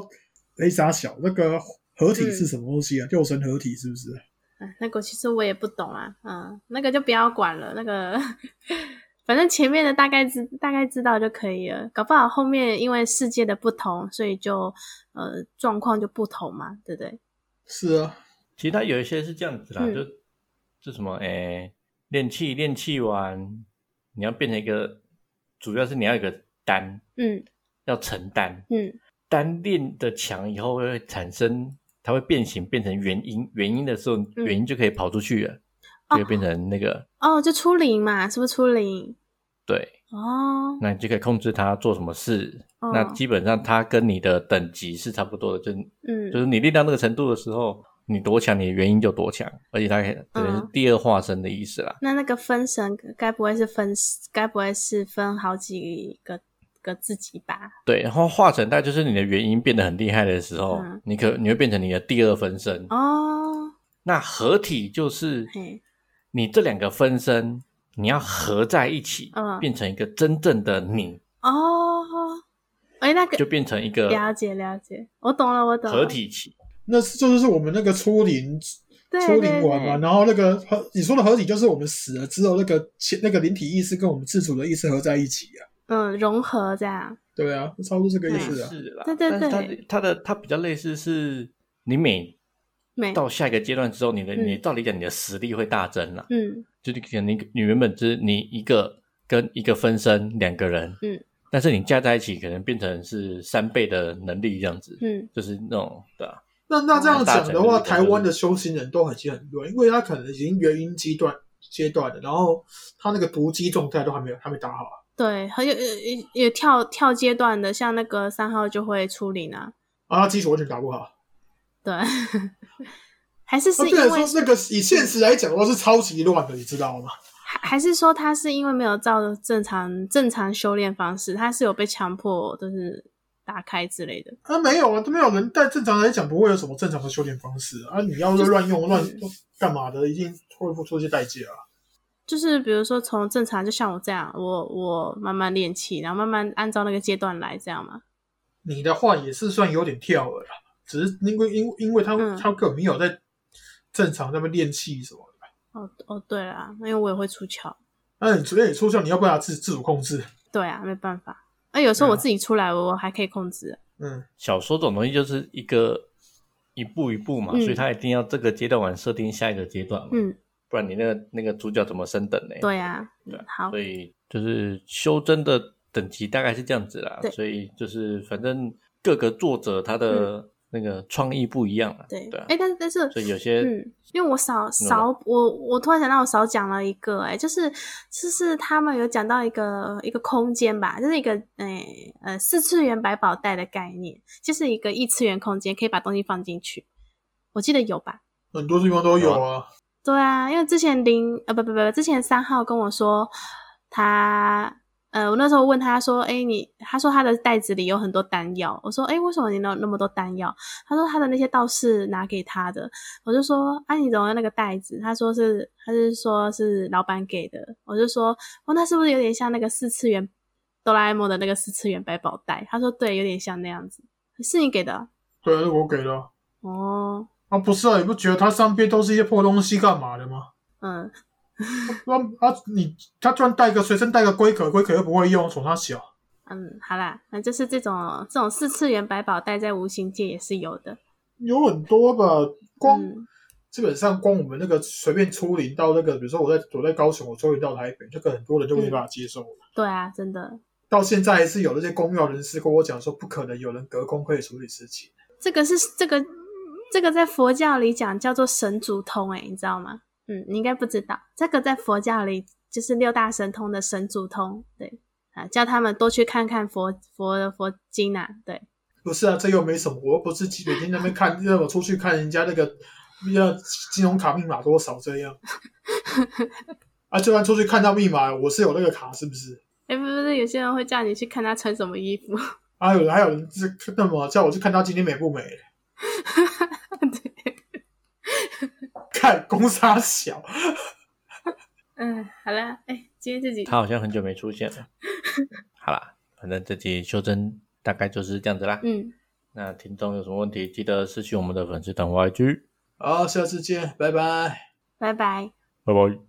Speaker 2: 雷啥小那个合体是什么东西啊？六神合体是不是？
Speaker 3: 嗯那个其实我也不懂啊，嗯，那个就不要管了，那个反正前面的大概知大概知道就可以了，搞不好后面因为世界的不同，所以就呃状况就不同嘛，对不对？
Speaker 2: 是啊，
Speaker 1: 其实它有一些是这样子啦，
Speaker 3: 嗯
Speaker 1: 就就什么诶，练气练气完，你要变成一个，主要是你要有一个担，
Speaker 3: 嗯
Speaker 1: 要承担，
Speaker 3: 嗯
Speaker 1: 单练的强以后会产生它会变形变成元音，元音的时候，
Speaker 3: 嗯
Speaker 1: 元音就可以跑出去了，
Speaker 3: 哦
Speaker 1: 就会变成那个
Speaker 3: 哦，就出零嘛，是不是出零？
Speaker 1: 对，
Speaker 3: 哦，
Speaker 1: 那你就可以控制它做什么事。
Speaker 3: 哦
Speaker 1: 那基本上它跟你的等级是差不多的，就
Speaker 3: 嗯，
Speaker 1: 就是你练到那个程度的时候，你多强，你的原因就多强，而且它可以
Speaker 3: 嗯
Speaker 1: 等于是第二化身的意思啦。
Speaker 3: 那那个分神该不会是分，该不会是分好几个个自己吧？
Speaker 1: 对，然后化成大概就是你的原因变得很厉害的时候，
Speaker 3: 嗯
Speaker 1: 你可你会变成你的第二分身。
Speaker 3: 哦，
Speaker 1: 那合体就是
Speaker 3: 嘿，
Speaker 1: 你这两个分身，你要合在一起，
Speaker 3: 嗯
Speaker 1: 变成一个真正的你，
Speaker 3: 哦，哎、那个
Speaker 1: 就变成一个
Speaker 3: 了解了解，我懂了，我懂了。
Speaker 1: 合体期。
Speaker 2: 那是就是我们那个初灵
Speaker 3: 对
Speaker 2: 初
Speaker 3: 对
Speaker 2: 灵
Speaker 3: 对
Speaker 2: 丸嘛，然后那个合你说的合体就是我们死了之后那个其那个灵体意识跟我们自主的意识合在一起啊，
Speaker 3: 嗯，融合这样，
Speaker 2: 对啊，差不多这个意
Speaker 1: 类
Speaker 2: 思啊。
Speaker 1: 似啦，
Speaker 3: 对对对
Speaker 1: 但是它它的它比较类似是，你每
Speaker 3: 美，
Speaker 1: 到下一个阶段之后，你的、
Speaker 3: 嗯
Speaker 1: 你照理讲你的实力会大增啦。
Speaker 3: 嗯
Speaker 1: 就你可能你你原本只是你一个跟一个分身两个人，
Speaker 3: 嗯，
Speaker 1: 但是你加在一起可能变成是三倍的能力这样子，
Speaker 3: 嗯，
Speaker 1: 就是那种对啊吧、
Speaker 2: 那那这样讲的
Speaker 1: 大家
Speaker 2: 话，
Speaker 1: 讲的
Speaker 2: 台湾的修行人都很心很乱，因为他可能已经原因阶段阶段了，然后他那个毒鸡状态都还没有还没打好啊。
Speaker 3: 对，还有有有有跳跳阶段的，像那个三号就会出零啊，
Speaker 2: 啊，他基础完全打不好。
Speaker 3: 对， [laughs] 还是
Speaker 2: 那
Speaker 3: 是因
Speaker 2: 哦对来
Speaker 3: 为
Speaker 2: 说，那个以现实来讲的话是超级乱的，你知道吗？
Speaker 3: 还还是说他是因为没有照着正常正常修炼方式，他是有被强迫就是打开之类的。
Speaker 2: 啊，没有啊，都没有人。但正常来讲，不会有什么正常的修炼方式啊。啊你要是乱用、乱干嘛的，一定会付出一些代价啊。
Speaker 3: 就是比如说从正常，就像我这样，我我慢慢练气，然后慢慢按照那个阶段来，这样嘛。
Speaker 2: 你的话也是算有点跳了啦，只是因为因因为他、
Speaker 3: 嗯
Speaker 2: 他可没有在正常那边练气什么的。
Speaker 3: 哦哦，对啦，因为我也会出窍，
Speaker 2: 那你昨天也出窍，你要不要自自主控制？
Speaker 3: 对啊，没办法。那有时候我
Speaker 2: 对啊
Speaker 3: 自己出来，我我还可以控制。啊
Speaker 2: 嗯，
Speaker 1: 小说这种东西就是一个一步一步嘛，
Speaker 3: 嗯
Speaker 1: 所以它一定要这个阶段完设定下一个阶段嘛，
Speaker 3: 嗯，
Speaker 1: 不然你那个那个主角怎么升等呢？
Speaker 3: 对啊，
Speaker 1: 对
Speaker 3: 嗯好
Speaker 1: 所，以就是修真的等级大概是这样子啦
Speaker 3: 对，
Speaker 1: 所以就是反正各个作者他的那个创意不一样啦，
Speaker 3: 嗯对
Speaker 1: 对啊，，
Speaker 3: 哎，但是但是，
Speaker 1: 所以有些
Speaker 3: 嗯，因为我少
Speaker 1: 你有
Speaker 3: 少我我突然想到我少讲了一个、哎，就是就是他们有讲到一个一个空间吧，就是一个哎呃四次元百宝袋的概念，就是一个异次元空间，可以把东西放进去。我记得有吧？
Speaker 2: 很多地方都有啊。
Speaker 3: 对啊，因为之前零呃不不不，之前三号跟我说他呃，我那时候问他说，哎，你他说他的袋子里有很多丹药，我说，哎，为什么你能有那么多丹药？他说他的那些道士拿给他的，我就说，啊，你怎么有那个袋子？他说是，他是说是老板给的，我就说，哦，那是不是有点像那个四次元哆啦 A 梦的那个四次元百宝袋？他说对，有点像那样子，是你给的
Speaker 2: 对啊，是我给的啊。
Speaker 3: 哦，
Speaker 2: 啊，不是啊，你不觉得它上边都是一些破东西干嘛的吗？
Speaker 3: 嗯，
Speaker 2: 那啊，你他突然带一个随身带一个龟壳，龟壳又不会用，从他小。
Speaker 3: 嗯，好啦，那就是这种这种四次元百宝袋在无形界也是有的。
Speaker 2: 有很多吧，光、
Speaker 3: 嗯
Speaker 2: 基本上光我们那个随便出林到那个，比如说我在我在高雄，我出林到台北，这个很多人就没办法接受了。
Speaker 3: 对啊，真的，
Speaker 2: 到现在还是有那些公庙人士跟我讲说，不可能有人隔空可以处理事情。
Speaker 3: 这个是这个这个在佛教里讲叫做神足通、欸，你知道吗？嗯，你应该不知道，这个在佛教里就是六大神通的神足通，对啊，叫他们多去看看佛佛佛经啊，对，
Speaker 2: 不是啊，这又没什么，我又不是每天在那边看，让我出去看人家那个要金融卡密码多少这样。啊，就算出去看到密码，我是有那个卡是不是？
Speaker 3: 哎、不是不是，有些人会叫你去看他穿什么衣服， [laughs]
Speaker 2: 啊，有还有人是那么叫我去看他今天美不美？
Speaker 3: 对，
Speaker 2: 看公差小，
Speaker 3: 嗯，好啦，哎、今天自己
Speaker 1: 他好像很久没出现了。好啦，反正这集修真大概就是这样子啦。
Speaker 3: 嗯，
Speaker 1: 那听众有什么问题，记得私信我们的粉丝团 YG，
Speaker 2: 好，下次见，拜拜。
Speaker 3: 拜拜。
Speaker 1: 拜拜。